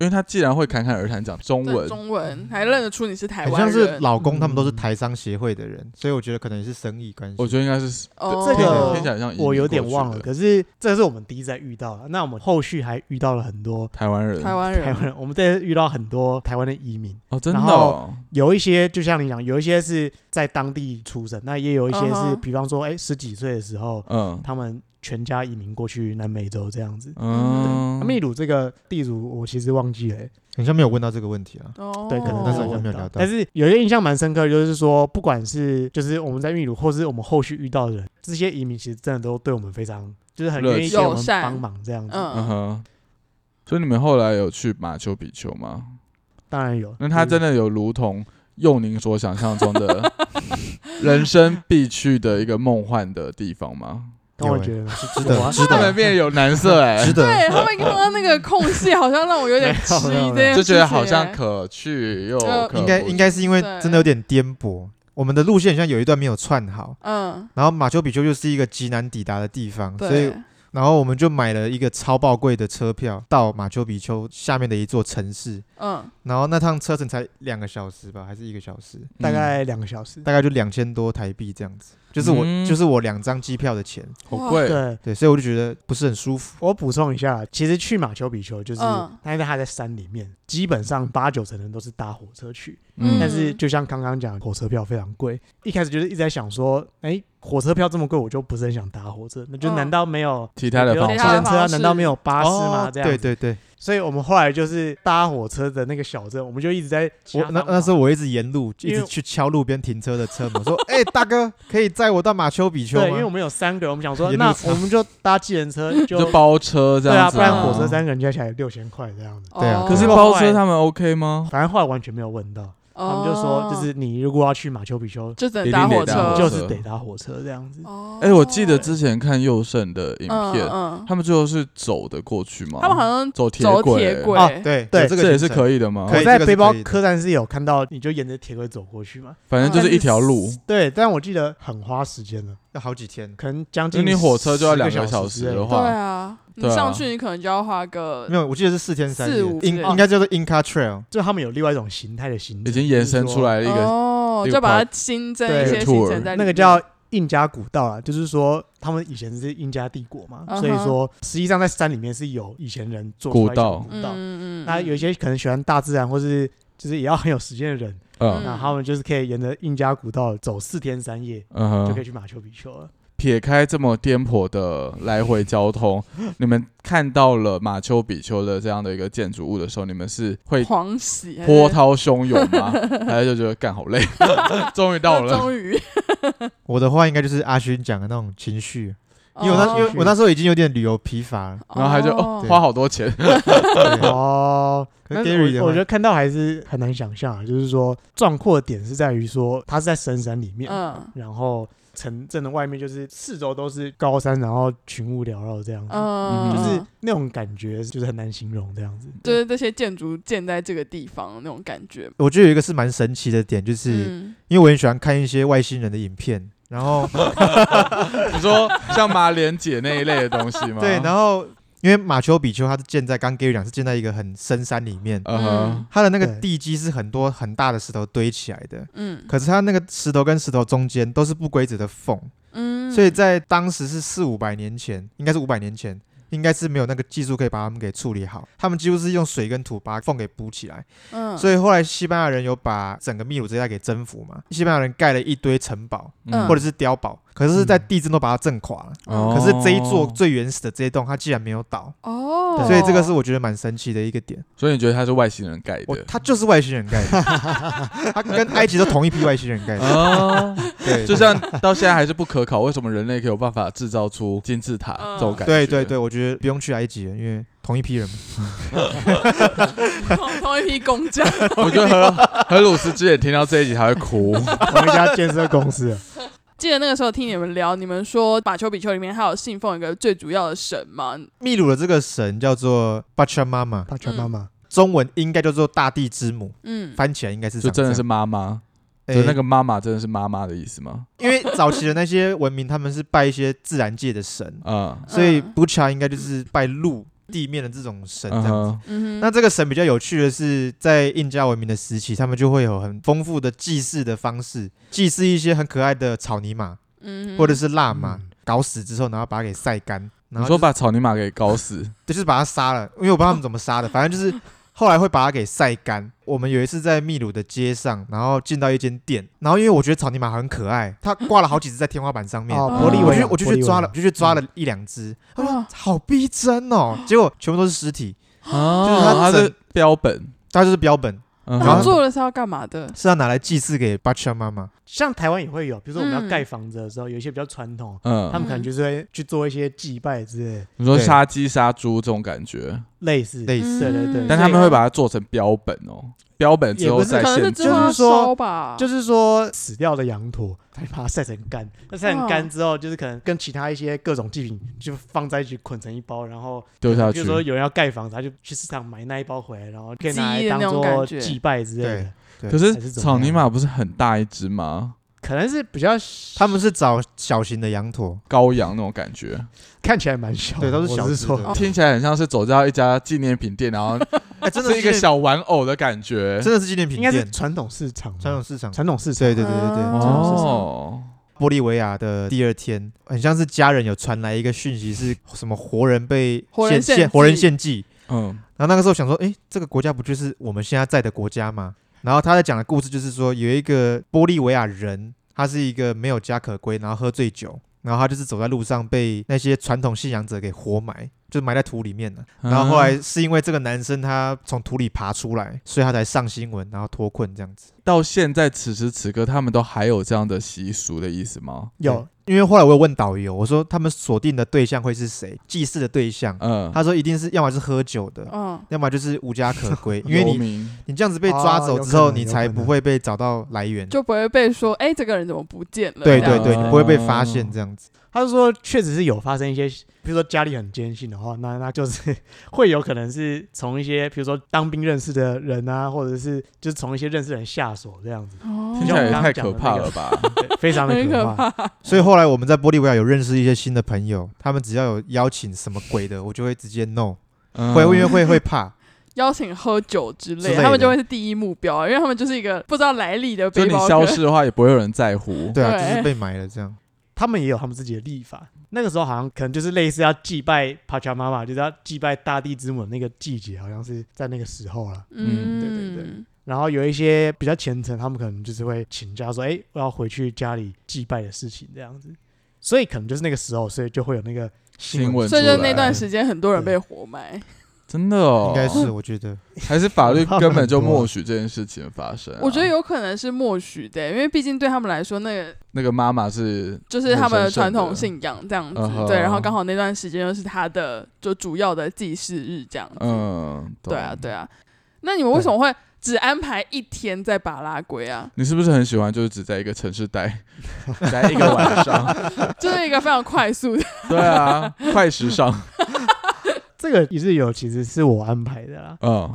Speaker 2: 因为他既然会侃侃而谈讲中
Speaker 3: 对
Speaker 2: 文，
Speaker 3: 中文还认得出你是台
Speaker 1: 很
Speaker 3: 湾
Speaker 1: 像
Speaker 3: 人，
Speaker 1: 是老公，他们都是
Speaker 4: 嗯
Speaker 1: 台商协会的人，所以我觉得可能也是生意关系。
Speaker 2: 我觉得应该是
Speaker 3: 哦
Speaker 4: 这
Speaker 2: 听起来
Speaker 4: 个
Speaker 2: 听起来像移民
Speaker 4: 我有点
Speaker 2: 嗯过去
Speaker 4: 忘了。
Speaker 2: 的
Speaker 4: 可是这是我们第一次在遇到了，那我们后续还遇到了很多
Speaker 2: 台湾人
Speaker 3: 台湾
Speaker 4: 台
Speaker 3: 人
Speaker 2: 嗯
Speaker 4: 湾人，我们这次遇到很多台湾的移民，
Speaker 2: 哦，真的
Speaker 4: 然
Speaker 2: 哦、
Speaker 4: 有一些就像你讲，有一些是在当地出生，那也有一些
Speaker 3: 嗯
Speaker 4: 是，
Speaker 3: 哼
Speaker 4: 比方说，哎，十几岁的时候，
Speaker 2: 嗯
Speaker 4: 他们全家移民过去南美洲这样子。
Speaker 2: 嗯，
Speaker 4: 秘鲁这个地主我其实忘记了、欸
Speaker 1: 很像没有问到这个问题啊。
Speaker 3: 哦，
Speaker 4: 对，可能
Speaker 1: 那
Speaker 4: 那
Speaker 1: 时
Speaker 4: 时
Speaker 1: 候
Speaker 4: 候
Speaker 1: 好像
Speaker 4: 问
Speaker 1: 没有
Speaker 4: 到
Speaker 1: 聊到
Speaker 4: 但是有一个印象蛮深刻，的就是说，不管是就是我们在秘鲁，或是我们后续遇到的人，这些移民其实真的都对我们非常就是很愿意
Speaker 2: 热
Speaker 4: 给
Speaker 2: 情
Speaker 4: 我
Speaker 3: 友
Speaker 4: 们
Speaker 3: 善
Speaker 4: 帮忙这样子。
Speaker 2: 嗯
Speaker 3: 嗯，
Speaker 2: 哼。所以你们后来有去马丘比丘吗？
Speaker 4: 当然有，
Speaker 2: 那他真
Speaker 4: 的
Speaker 2: 的有如同佑宁所想象中的
Speaker 4: 嗯
Speaker 2: 人生必去的一个梦幻的地方吗？
Speaker 4: 跟我
Speaker 1: 有欸
Speaker 4: 觉得
Speaker 1: 是
Speaker 4: 是
Speaker 1: 值 得，值
Speaker 2: 他们
Speaker 1: 得，
Speaker 2: 变有男色 哎、
Speaker 1: 值得。
Speaker 3: 对他们刚刚那个空隙，好像让我有点迟
Speaker 4: 没有没
Speaker 3: 疑
Speaker 4: 有
Speaker 3: 这件事情，
Speaker 2: 就觉得好像可去又
Speaker 3: 呃
Speaker 2: 可
Speaker 1: 应该
Speaker 2: 不
Speaker 1: 应该是因为
Speaker 3: 对
Speaker 1: 真的有点颠簸，我们的路线好像有一段没有串好。
Speaker 3: 嗯，
Speaker 1: 然后马丘比丘又是一个极难抵达的地方，所以
Speaker 3: 对，
Speaker 1: 然后我们就买了一个超爆贵的车票到马丘比丘下面的一座城市，
Speaker 3: 嗯，
Speaker 1: 然后那趟车程才两个小时吧，还是一个小时，
Speaker 4: 大概两个小时。
Speaker 1: 大概就两千多台币这样子，就是我、
Speaker 2: 嗯
Speaker 1: 就是我两张机票的钱，
Speaker 2: 好
Speaker 3: 哇
Speaker 2: 贵，
Speaker 4: 对，
Speaker 1: 对，所以我就觉得不是很舒服。
Speaker 4: 我补充一下，其实去马丘比丘就是
Speaker 3: 嗯，
Speaker 4: 但是它在山里面，基本上八九成人都是搭火车去。
Speaker 3: 嗯
Speaker 4: 但是就像刚刚讲，火车票非常贵。一开始就是一直在想说，哎、火车票这么贵，我就不是很想搭火车。那就
Speaker 3: 嗯
Speaker 4: 难道没有
Speaker 2: 其他的
Speaker 4: 比如
Speaker 2: 方
Speaker 4: 计
Speaker 3: 其他
Speaker 2: 法
Speaker 3: 的
Speaker 4: 程车啊？难道没有巴士吗？
Speaker 1: 哦
Speaker 4: 这样
Speaker 1: 对
Speaker 4: 子。
Speaker 1: 对对，
Speaker 4: 所以我们后来就是搭火车的那个小镇，我们就一直在
Speaker 1: 我那那时
Speaker 4: 候
Speaker 1: 候我一直沿路一
Speaker 4: 因为
Speaker 1: 直去敲路边停车的车门，说：“ 哎、大哥，可以载我到马丘比丘吗？”
Speaker 4: 对，因为我们有三个人，我们想说
Speaker 1: 沿路
Speaker 4: 那
Speaker 1: 上
Speaker 4: 我们就搭计 程车就
Speaker 2: 就包车这
Speaker 4: 对啊，
Speaker 2: 样子、
Speaker 4: 不然
Speaker 3: 啊
Speaker 4: 火车三个人加起来六千块这样子。
Speaker 1: 对啊
Speaker 3: 哦
Speaker 2: 可是
Speaker 4: 包
Speaker 2: 包车他们 OK 吗？
Speaker 4: 反正后来完全没有问到，他们就
Speaker 3: 哦
Speaker 4: 说就是你如果要去马丘比丘，
Speaker 3: 就只
Speaker 2: 一定
Speaker 3: 能搭
Speaker 2: 得
Speaker 3: 火
Speaker 2: 搭
Speaker 3: 车，
Speaker 2: 火
Speaker 4: 就
Speaker 2: 车
Speaker 4: 是得搭火车这样子。
Speaker 3: 哦，
Speaker 2: 哎、我记得之前看佑胜的影
Speaker 3: 嗯
Speaker 2: 片，
Speaker 3: 嗯，
Speaker 2: 他们最后是走的过去吗？
Speaker 3: 他们好像
Speaker 2: 走铁
Speaker 3: 走
Speaker 2: 轨
Speaker 3: 铁轨啊
Speaker 4: 哦，
Speaker 1: 啊对
Speaker 4: 对
Speaker 1: 有这个
Speaker 2: 这也是
Speaker 1: 行程
Speaker 2: 哦可以的吗？
Speaker 1: 可以
Speaker 4: 我在
Speaker 1: 这个是
Speaker 4: 背包
Speaker 1: 可以的
Speaker 4: 客栈是有看到，你就沿着铁轨走过去嘛。
Speaker 2: 反正就是一条路
Speaker 4: 但，是。对，但我记得很花时间了，
Speaker 1: 要好几天，
Speaker 4: 可能将
Speaker 2: 因
Speaker 4: 近
Speaker 2: 为你火车就要
Speaker 4: 10
Speaker 2: 两
Speaker 4: 个
Speaker 2: 小
Speaker 4: 时
Speaker 2: 时
Speaker 4: 之类
Speaker 2: 的
Speaker 4: 的
Speaker 3: 对
Speaker 2: 话，
Speaker 3: 啊，你
Speaker 2: 对啊
Speaker 3: 上去你可能就要花个
Speaker 1: 没有，我记得是四天三夜
Speaker 3: 四五，
Speaker 1: 应
Speaker 3: 天
Speaker 1: 应该叫做 Inca Trail。
Speaker 4: 就他们有另外一种形态的行
Speaker 2: 已
Speaker 4: 程，
Speaker 2: 经延伸出来了一个
Speaker 3: 哦，
Speaker 2: 一个
Speaker 3: 就把它新增一
Speaker 4: 对
Speaker 3: 些
Speaker 2: 一个
Speaker 3: 行
Speaker 2: tour
Speaker 3: 程
Speaker 4: 就是说
Speaker 3: 在里面
Speaker 4: 那个叫印加古道啊，就是说他们以前是印加帝国嘛，
Speaker 3: 嗯哼
Speaker 4: 所以说实际上在山里面是有以前人做出来
Speaker 2: 古
Speaker 4: 一
Speaker 2: 道
Speaker 4: 条
Speaker 3: 嗯
Speaker 4: 古道。
Speaker 3: 嗯嗯，
Speaker 4: 那有一些可能喜欢大自然，或是就是也要很有时间的人，
Speaker 2: 嗯
Speaker 4: 那他们就是可以沿着印加古道走四天三夜，
Speaker 2: 嗯
Speaker 4: 就可以
Speaker 2: 哼，
Speaker 4: 去马丘比丘了。
Speaker 2: 撇开这么颠簸的来回交通，你们看到了马丘比丘的这样的一个建筑物的时候，你们是 会
Speaker 3: 狂喜还是
Speaker 2: 波涛汹涌吗？还是就觉得干好 累，终于到了，
Speaker 3: 终于，
Speaker 1: 我的话应该就是阿勋讲的那种情绪，因为我那
Speaker 3: 哦
Speaker 1: 因为我那时候已经有点旅游疲乏 了。
Speaker 2: 然后他就哦
Speaker 1: 对
Speaker 2: 花好多钱，嗯
Speaker 1: 对
Speaker 4: 哦，
Speaker 1: 可
Speaker 4: 但
Speaker 1: 是 Gary
Speaker 4: 是
Speaker 1: 的
Speaker 4: 我我觉
Speaker 1: 话，
Speaker 4: 得看到还是很难想象啊，就是说壮阔的点是在于说它是在深山里面，
Speaker 3: 嗯
Speaker 4: 然后城镇的外面就是四周都是高山，然后群雾缭绕这样子，
Speaker 3: 嗯，
Speaker 4: 就是那种感觉就是很难形容这样子。
Speaker 3: 就是这些建筑建在这个地方那种感觉。
Speaker 1: 我觉得有一个是蛮神奇的点，就是、
Speaker 3: 嗯，
Speaker 1: 因为我很喜欢看一些外星人的影片，然后
Speaker 2: 你说像马莲姐那一类的东西吗？
Speaker 1: 对，然后因为马丘比丘它是建在刚 Gary 讲是建在一个很深山里面，
Speaker 2: 嗯哼，
Speaker 1: 它的那个
Speaker 4: 对
Speaker 1: 地基是很多很大的石头堆起来的，
Speaker 3: 嗯
Speaker 1: 可是它那个石头跟石头中间都是不规则的缝，
Speaker 3: 嗯，
Speaker 1: 所以在当时是四五百年前，应该是五百年前。应该是没有那个技术可以把它们给处理好，他们几乎是用水跟土把缝给补起来，
Speaker 3: 嗯，
Speaker 1: 所以后来西班牙人有把整个秘鲁这一带给征服嘛，西班牙人盖了一堆城堡
Speaker 3: 嗯
Speaker 1: 或者是碉堡，可是，在地震都把它震垮了，
Speaker 2: 哦
Speaker 1: 可是这一座最原始的这一栋，它竟然没有倒，
Speaker 3: 哦，
Speaker 1: 所以这个是我觉得蛮神奇的一个点。
Speaker 2: 所以你觉得它是外星人盖
Speaker 1: 我
Speaker 2: 的？
Speaker 1: 它就是外星人盖 的，它跟埃及都同一批外星人盖的。
Speaker 2: 哦，
Speaker 1: 对，
Speaker 2: 就像到现在还是不可考，为什么人类可以有办法制造出金字塔
Speaker 3: 嗯
Speaker 2: 这种感觉？
Speaker 1: 对对对，我觉得不用去埃及了，因为同一批人嘛。
Speaker 3: 同同一批工匠，
Speaker 2: 我觉得何何鲁斯之前听到这一集他 会哭，
Speaker 4: 同一家建设公司，
Speaker 3: 记得那个时候听你们聊，你们说马丘比丘里面还有信奉一个最主要的神嘛？
Speaker 1: 秘鲁的这个神叫做巴恰妈妈，
Speaker 4: 他全妈妈，
Speaker 1: 中文应该叫做大地之母，
Speaker 3: 嗯，
Speaker 1: 翻起来应该是
Speaker 2: 就
Speaker 1: 长这
Speaker 2: 真
Speaker 1: 样
Speaker 2: 的是妈妈，
Speaker 1: 诶
Speaker 2: 就那个妈妈真的是妈妈的意思吗？
Speaker 1: 因为早期的那些文明，他们是拜一些自然界的神，
Speaker 2: 嗯
Speaker 1: 所以
Speaker 3: 嗯
Speaker 1: 布恰应该就是拜陆地面的这种神这样
Speaker 2: 嗯
Speaker 1: 子。
Speaker 2: 哼，
Speaker 3: 嗯哼，
Speaker 1: 那这个神比较有趣的是，在印加文明的时期，他们就会有很丰富的祭祀的方式，祭祀一些很可爱的草泥马
Speaker 3: 嗯哼
Speaker 1: 或者是蜡马，
Speaker 4: 嗯
Speaker 1: 搞死之后，然后把它给晒干，然
Speaker 2: 你
Speaker 1: 后
Speaker 2: 说
Speaker 1: 就
Speaker 2: 把草泥马给 搞死，
Speaker 1: 就是把它杀了，因为我不知道他们怎么杀的，反 正就是。后来会把它给晒干。我们有一次在秘鲁的街上，然后进到一间店，然后因为我觉得草泥马很可爱，它挂了好几只在天花板上面，
Speaker 4: 哦，
Speaker 3: 嗯
Speaker 4: 玻利
Speaker 1: 我
Speaker 4: 维亚
Speaker 1: 就我就
Speaker 4: 玻利
Speaker 1: 去
Speaker 4: 啊维
Speaker 1: 抓
Speaker 4: 亚
Speaker 1: 了，我就去抓了一两只，
Speaker 4: 嗯
Speaker 3: 哇
Speaker 1: 好逼真哦！结果全部都是尸体，就是它
Speaker 2: 它的
Speaker 1: 啊整
Speaker 2: 标本，
Speaker 1: 它就是标本，
Speaker 2: 嗯
Speaker 1: 然
Speaker 3: 他
Speaker 1: 后
Speaker 2: 哼
Speaker 3: 做的是要干嘛的？
Speaker 1: 是要拿来祭祀给巴恰妈妈。
Speaker 4: 像台湾也会有，比如说我们
Speaker 3: 嗯
Speaker 4: 要盖房子的时候，有一些比较传统，他
Speaker 2: 嗯，
Speaker 4: 们可能就是会去做一些祭拜之类的，
Speaker 2: 你说
Speaker 1: 对
Speaker 2: 杀鸡杀猪这种感觉，
Speaker 4: 类似
Speaker 1: 类
Speaker 3: 嗯
Speaker 1: 似。
Speaker 4: 对对对
Speaker 2: 但
Speaker 4: 所
Speaker 2: 他
Speaker 4: 以
Speaker 2: 们会把它做成标本哦，标本之后
Speaker 4: 也不
Speaker 2: 再
Speaker 3: 可能是
Speaker 2: 现
Speaker 3: 之后
Speaker 4: 就
Speaker 3: 要
Speaker 4: 是说
Speaker 3: 烧吧，
Speaker 4: 就是说死掉的羊驼，才把它晒成 干。那晒成
Speaker 3: 哦
Speaker 4: 干之后，就是可能跟其他一些各种祭品就放在一起捆成一包，然后
Speaker 2: 丢下去
Speaker 4: 比如，说有人要盖房子，他就去市场买那一包回来，然后可以拿
Speaker 3: 鸡
Speaker 4: 来
Speaker 3: 的
Speaker 4: 当
Speaker 3: 那种
Speaker 4: 做
Speaker 3: 感觉
Speaker 4: 祭拜之类的
Speaker 1: 对。对
Speaker 2: 可
Speaker 4: 还是
Speaker 2: 是
Speaker 4: 怎么
Speaker 2: 草
Speaker 4: 样
Speaker 2: 泥马不是很大一只吗？
Speaker 4: 可能是比较
Speaker 1: 他们是找小型的羊 驼，
Speaker 2: 羔羊那种感觉，
Speaker 4: 看起来蛮小的，
Speaker 1: 对，都是
Speaker 4: 我
Speaker 1: 小
Speaker 4: 是
Speaker 1: 只的
Speaker 4: 说，
Speaker 2: 听起来很像是走到一家纪念品店，然后
Speaker 1: 哎， 真的
Speaker 2: 是一个
Speaker 1: 纪念，
Speaker 2: 小玩偶的感觉。
Speaker 1: 真的是纪念品
Speaker 4: 应该
Speaker 1: 店，
Speaker 4: 是传统市场吧，
Speaker 1: 传统市场。
Speaker 4: 传统市场
Speaker 1: 对。对对对对，
Speaker 3: 哦
Speaker 2: 哦，
Speaker 1: 玻利维亚的第二天，很像是家人有传来一个讯息，是什么活人被
Speaker 3: 活人
Speaker 1: 献
Speaker 3: 献祭
Speaker 1: 活人献祭。
Speaker 2: 嗯，
Speaker 1: 然后那个时候想说，哎，这个国家不就是我们现在在的国家吗？然后他在讲的故事就是说，有一个玻利维亚人，他是一个没有家可归，然后喝醉酒，然后他就是走在路上被那些传统信仰者给活埋，就埋在土里面了。
Speaker 4: 嗯
Speaker 1: 然后
Speaker 2: 啊
Speaker 1: 后来是因为这个男生他从土里爬出来，所以他才上新闻，然后脱困这样子。
Speaker 2: 到现在此时此刻，他们都还有这样的习俗的意思吗？
Speaker 4: 有
Speaker 1: 因为后来我有问导游，我说他们锁定的对象会是谁，祭祀的对象，
Speaker 2: 嗯，
Speaker 1: 他说一定是要么是喝酒
Speaker 4: 哦
Speaker 1: 的，
Speaker 3: 嗯
Speaker 1: 要么就是无家可 归，因为
Speaker 2: 游
Speaker 1: 你
Speaker 2: 民
Speaker 1: 你这样子被抓走之后，
Speaker 4: 哦有可能
Speaker 1: 你才不会被找到来源。
Speaker 3: 就不会被说，哎，这个人怎么不见了？
Speaker 1: 对
Speaker 3: 这样
Speaker 1: 对
Speaker 3: 子
Speaker 1: 对，你不会被发现这样子。
Speaker 4: 他是说，确实是有发生一些，比如说家里很坚信的话，那那就是会有可能是从一些，比如说当兵认识的人啊，或者是就是从一些认识的人下手这样子，
Speaker 3: 哦
Speaker 2: 听起来也太可怕了吧？
Speaker 4: 对非常的
Speaker 3: 很可
Speaker 4: 可怕。
Speaker 3: 怕。
Speaker 1: 所以后来我们在玻利维亚有认识一些新的朋友，他们只要有邀请什么鬼的，我就会直接 no，
Speaker 2: 嗯
Speaker 1: 会因为会会怕。
Speaker 3: 邀请喝酒之
Speaker 1: 之
Speaker 3: 类，
Speaker 1: 类的
Speaker 3: 他们就会是第一目标啊，因为他们就是一个不知道来历的
Speaker 2: 就
Speaker 3: 背
Speaker 2: 你
Speaker 3: 包
Speaker 2: 消
Speaker 3: 客。
Speaker 2: 失的话，也不会有人在乎。
Speaker 1: 对啊，
Speaker 3: 对
Speaker 1: 就是被埋了这样。
Speaker 4: 他们也有他们自己的立法，那个时候好像可能就是类似要祭拜帕乔妈妈，就是要祭拜大地之母的那个季节，好像是在那个时候了。
Speaker 3: 嗯，
Speaker 2: 嗯
Speaker 4: 对对对然后有一些比较虔诚，他们可能就是会请假说，哎、我要回去家里祭拜的事情这样子，所以可能就是那个时候，所以就会有那个
Speaker 2: 新闻出
Speaker 3: 所以
Speaker 2: 来，
Speaker 3: 就那段时间，很多人被活埋。
Speaker 2: 真的哦，
Speaker 1: 应该是我觉得，
Speaker 2: 还是法律根本就默许这件事情发生啊。
Speaker 3: 我觉得有可能是默许的，因为毕竟对他们来说，那个
Speaker 2: 那个妈妈是
Speaker 3: 就是他们的传统信仰这样子
Speaker 2: 嗯。哼
Speaker 3: 对，然后刚好那段时间又是他的就主要的祭祀日这样子。啊
Speaker 2: 嗯，
Speaker 3: 对啊，对啊。那你们为什么会只安排一天在巴拉圭啊，
Speaker 2: 你是不是很喜欢就是只在一个城市待待一个晚上？
Speaker 3: 就是一个非常快速的。
Speaker 2: 对啊，快时尚，
Speaker 4: 这个一日游其实是我安排的啦。
Speaker 2: 嗯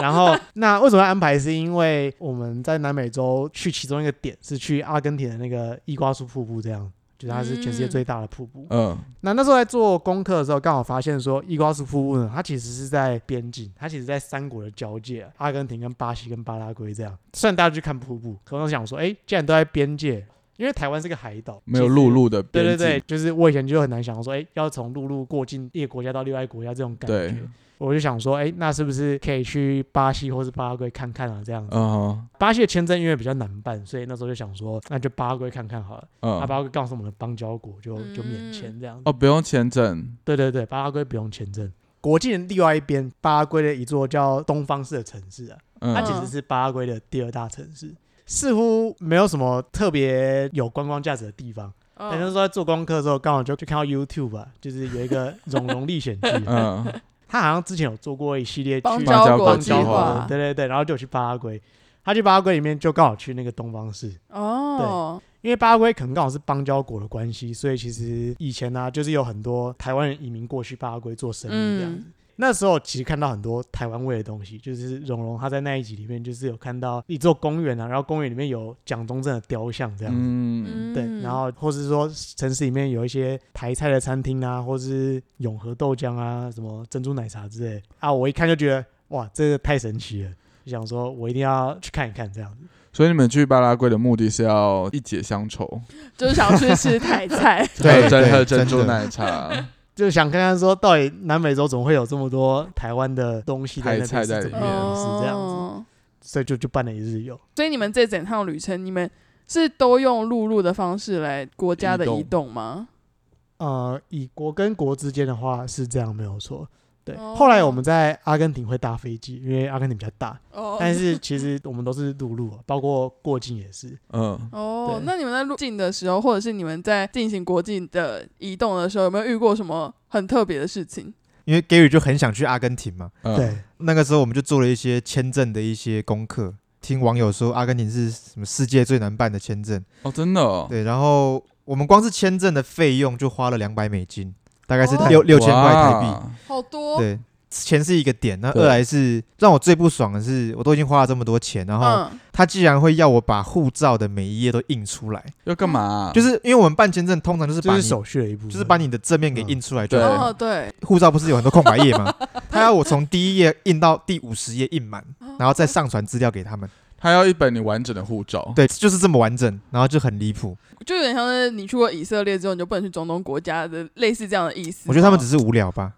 Speaker 4: 然后，那为什么要安排？是因为我们在南美洲去其中一个点是去阿根廷的那个伊瓜苏瀑布，这样就是它是全世界最大的瀑布。
Speaker 2: 嗯
Speaker 4: 那那时候在做功课的时候，刚好发现说伊瓜苏瀑布呢，它其实是在边境，它其实在三国的交界，阿根廷跟巴西跟巴拉圭这样。虽然大家去看瀑布，可能想说，哎，既然哎都在边界，因为台湾是个海岛，
Speaker 2: 没有
Speaker 4: 其实
Speaker 2: 陆。路的边
Speaker 4: 对对
Speaker 2: 境，
Speaker 4: 对，就是我以前就很难想到说，哎，要从陆路过境一个国家到另外一个国家这种感觉
Speaker 2: 对。
Speaker 4: 我就想说，哎、那是不是可以去巴西或是巴拉圭看看啊？这样子，
Speaker 2: 嗯
Speaker 4: 巴西的签证因为比较难办，所以那时候就想说，那就巴拉圭看看好了。那、
Speaker 2: 嗯
Speaker 4: 巴拉圭告诉我们的邦交国就就免签这样子。
Speaker 2: 哦，不用签证，
Speaker 4: 对对对，巴拉圭不用签证。国境的另外一边，巴拉圭的一座叫东方市的城市啊，它
Speaker 2: 嗯，
Speaker 4: 其实是巴拉圭的第二大城市，似乎没有什么特别有观光价值的地方。但是
Speaker 3: 嗯，
Speaker 4: 说在做功课的时候，刚好就就看到 YouTube 啊，就是有一个《荣荣历险记》啊
Speaker 2: 嗯
Speaker 4: 他好像之前有做过一系列去
Speaker 3: 邦
Speaker 2: 邦交国
Speaker 3: 交国
Speaker 4: 邦
Speaker 3: 计
Speaker 4: 交
Speaker 3: 划
Speaker 4: 国，对对对，然后就有去巴拉圭，他去巴拉圭里面就刚好去那个东方市，
Speaker 3: 哦，
Speaker 4: 因为巴拉圭可能刚好是邦交国的关系，所以其实以前呢、就是有很多台湾人移民过去巴拉圭做生意这样子。
Speaker 3: 嗯
Speaker 4: 那时候其实看到很多台湾味的东西，就是蓉蓉她在那一集里面就是有看到一座公园啊，然后公园里面有蒋中正的雕像这样子，
Speaker 2: 嗯
Speaker 3: 嗯，
Speaker 4: 对，然后或是说城市里面有一些台菜的餐厅啊，或是永和豆浆啊，什么珍珠奶茶之类啊，我一看就觉得哇，这个太神奇了，就想说我一定要去看一看这样子。
Speaker 2: 所以你们去巴拉圭的目的是要一解乡愁，
Speaker 3: 就是想去 吃泰菜。
Speaker 1: 对
Speaker 2: 还有珍
Speaker 1: 对
Speaker 2: 还有珍
Speaker 1: 真
Speaker 2: 珠
Speaker 1: 的
Speaker 2: 奶 茶，
Speaker 4: 就想看看说，到底南美洲怎么会有这么多台湾的东西在那
Speaker 2: 台菜
Speaker 4: 边
Speaker 2: 在
Speaker 4: 是
Speaker 2: 里
Speaker 4: 怎
Speaker 2: 面
Speaker 4: 么样是这样子，
Speaker 3: 哦
Speaker 4: 所以就就办了一日游。
Speaker 3: 所以你们这整趟旅程，你们是都用陆路的方式来国家的
Speaker 2: 移动
Speaker 3: 移动吗？
Speaker 4: 呃，以国跟国之间的话是这样没有错。对，
Speaker 3: 哦
Speaker 4: 后来我们在阿根廷会搭飞机，因为阿根廷比较大，
Speaker 3: 哦，
Speaker 4: 但是其实我们都是陆路啊，包括过境也是。
Speaker 2: 嗯，
Speaker 3: 哦
Speaker 4: 对，
Speaker 3: 那你们在入境的时候，或者是你们在进行国际的移动的时候，有没有遇过什么很特别的事情？
Speaker 1: 因为 Gary 就很想去阿根廷嘛，
Speaker 2: 嗯
Speaker 4: 对，
Speaker 1: 那个时候我们就做了一些签证的一些功课，听网友说阿根廷是什么世界最难办的签证，
Speaker 2: 哦，真的哦，
Speaker 1: 对，然后我们光是签证的费用就花了两百美金，大概是
Speaker 3: 哦
Speaker 1: 六六千块台币，
Speaker 2: 哇，
Speaker 3: 好多，
Speaker 1: 对。钱是一个点，那
Speaker 2: 对
Speaker 1: 二来是让我最不爽的是，我都已经花了这么多钱，然后
Speaker 3: 嗯，
Speaker 1: 他既然会要我把护照的每一页都印出来，
Speaker 2: 要干嘛啊？
Speaker 1: 就是因为我们办签证通常就是
Speaker 4: 这
Speaker 1: 把
Speaker 4: 是
Speaker 1: 你
Speaker 4: 手续的一部分，
Speaker 1: 就是把你的正面给印出来就
Speaker 2: 对
Speaker 1: 好，
Speaker 3: 哦，对，
Speaker 1: 护照不是有很多空白页吗？他要我从第一页印到第五十页印满，然后再上传资料给他们。
Speaker 2: 他要一本你完整的护照，
Speaker 1: 对，就是这么完整，然后就很离谱。
Speaker 3: 就有点像是你去过以色列之后，你就不能去中东国家的类似这样的意思吗。
Speaker 1: 我觉得他们只是无聊吧。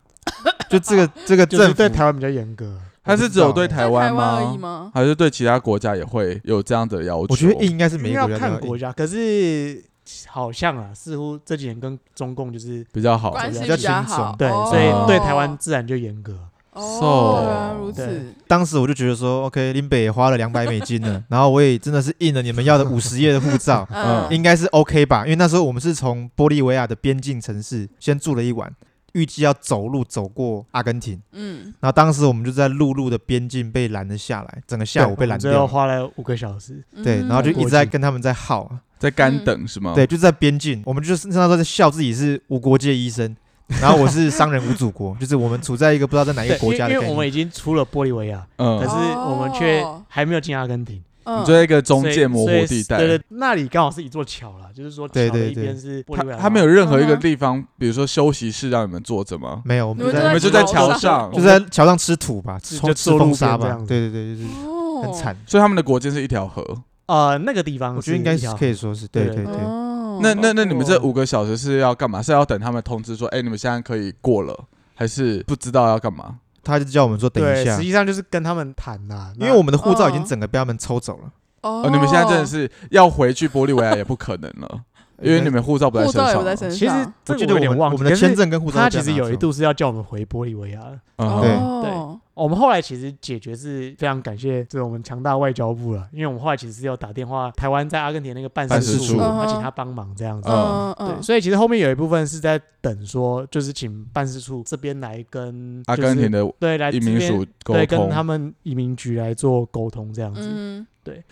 Speaker 1: 就这个这个
Speaker 4: 就是
Speaker 1: 政
Speaker 4: 对
Speaker 1: 府，
Speaker 4: 台湾比较严格。
Speaker 2: 他是只有对
Speaker 1: 我不知道
Speaker 3: 在
Speaker 2: 湾
Speaker 3: 湾而
Speaker 2: 吗？
Speaker 3: 已吗？
Speaker 2: 还是对其他国家也会有这样的要求？
Speaker 1: 我觉得印应该是每
Speaker 4: 应
Speaker 1: 一
Speaker 4: 该
Speaker 1: 个国
Speaker 4: 要
Speaker 1: 家
Speaker 4: 看
Speaker 1: 都要
Speaker 4: 国
Speaker 1: 印。
Speaker 4: 家，可是好像啊，似乎这几年跟中共就是
Speaker 2: 比较好，
Speaker 3: 关系
Speaker 1: 比较
Speaker 3: 较
Speaker 1: 轻松
Speaker 3: 好，
Speaker 4: 对，
Speaker 3: 哦
Speaker 4: 所以对台湾自然就严格。
Speaker 3: 哦，
Speaker 2: So-
Speaker 3: 原来如此，
Speaker 4: 对，
Speaker 1: 当时我就觉得说，OK，林北也花了两百美金了，然后我也真的是印了你们要的五十页的护照
Speaker 2: 嗯
Speaker 3: 嗯，
Speaker 1: 应该是 OK 吧？因为那时候我们是从玻利维亚的边境城市先住了一晚，预计要走路走过阿根廷。
Speaker 3: 嗯，
Speaker 1: 然后当时我们就在陆路的边境被拦了下来，整个下午被拦
Speaker 4: 对我们最后
Speaker 1: 掉了。
Speaker 4: 花了五个小时，
Speaker 1: 对，然后就
Speaker 3: 嗯
Speaker 1: 一直在跟他们在耗啊，
Speaker 2: 在干等是
Speaker 4: 哦
Speaker 2: 吗？
Speaker 1: 对，，就在边境，我们就是那时候在笑自己是无国界医生， 然后我是商人无祖国， 就是我们处在一个不知道在哪一
Speaker 4: 对
Speaker 1: 个，国家
Speaker 4: 因
Speaker 1: 的
Speaker 4: 为因
Speaker 1: 概
Speaker 4: 为我们
Speaker 1: 念。
Speaker 4: 已经出了玻利维亚，
Speaker 2: 嗯
Speaker 4: 可，是我们却还没有进阿根廷，
Speaker 3: 嗯
Speaker 2: 你就在一个中
Speaker 4: 所以
Speaker 2: 介模糊地带，
Speaker 4: 所以对对，那里刚好是一座桥啦，就是说桥
Speaker 1: 对
Speaker 4: 的
Speaker 1: 对
Speaker 4: 一边是玻
Speaker 2: 他
Speaker 4: 利维亚，
Speaker 2: 他没有任何一个
Speaker 3: 嗯哼
Speaker 2: 地方，比如说休息室让你们坐着吗？
Speaker 1: 没有，我们就
Speaker 3: 你
Speaker 2: 你
Speaker 1: 在
Speaker 2: 们
Speaker 3: 们
Speaker 2: 就
Speaker 3: 就
Speaker 2: 在
Speaker 3: 在
Speaker 2: 桥
Speaker 3: 桥
Speaker 2: 上
Speaker 3: 上，
Speaker 1: 就在桥上吃土吧，吃
Speaker 4: 就
Speaker 1: 吃
Speaker 4: 坐路
Speaker 1: 风沙
Speaker 4: 边这
Speaker 1: 吧
Speaker 4: 样。子
Speaker 1: 对对对，就是
Speaker 3: 哦，
Speaker 1: 很惨。
Speaker 2: 所以他们的国界是一条河。
Speaker 4: 呃那个地方，
Speaker 1: 我觉得应该是可
Speaker 4: 以。
Speaker 1: 以说是对
Speaker 4: 对
Speaker 1: 对对，
Speaker 3: 哦，
Speaker 2: 那那那你们这
Speaker 4: 哦
Speaker 2: 五个小时是要干嘛？是要等他们通知说，哎，你们现在可以过了，还是不知道要干嘛？
Speaker 1: 他就叫我们说等一
Speaker 4: 对，
Speaker 1: 下
Speaker 4: 实，际上就是跟他们谈呐，
Speaker 1: 因为我们的护照已
Speaker 3: 哦
Speaker 1: 经整个被他们抽走了，
Speaker 3: 哦
Speaker 2: 哦，你们现在真的是要回去玻利维亚也不可能 了，因为你们护照不在
Speaker 3: 哦护
Speaker 2: 身
Speaker 3: 照也不在
Speaker 2: 上。
Speaker 3: 身
Speaker 4: 那其
Speaker 3: 上，
Speaker 4: 实这
Speaker 1: 我
Speaker 4: 个
Speaker 1: 记得
Speaker 4: 有点
Speaker 1: 们
Speaker 4: 忘
Speaker 1: 我
Speaker 4: 记，
Speaker 1: 们的
Speaker 4: 可是
Speaker 1: 签证跟护照
Speaker 4: 他
Speaker 1: 都
Speaker 4: 其
Speaker 1: 被
Speaker 4: 实
Speaker 1: 拿
Speaker 4: 有一
Speaker 1: 走
Speaker 4: 度是要叫我们回玻利维亚的，
Speaker 2: 嗯
Speaker 1: 对
Speaker 2: 哼，
Speaker 3: 哦
Speaker 4: 哦，我们后来其实解决是非常感谢这种我们强大外交部了，因为我们后来其实是有打电话台湾在阿根廷那个办
Speaker 2: 办
Speaker 4: 事
Speaker 2: 事
Speaker 4: 处，
Speaker 2: 处
Speaker 4: 他请他帮忙这样子。
Speaker 3: 嗯
Speaker 4: 对，
Speaker 3: 嗯，
Speaker 4: 所以其实后面有一部分是在等说，就是请办事处这边来跟
Speaker 2: 阿根廷
Speaker 4: 的
Speaker 2: 的
Speaker 4: 对来
Speaker 2: 移
Speaker 4: 这
Speaker 2: 民
Speaker 4: 边
Speaker 2: 署沟
Speaker 4: 对跟他
Speaker 2: 通，
Speaker 4: 们移民局来做沟通这样子。
Speaker 3: 嗯，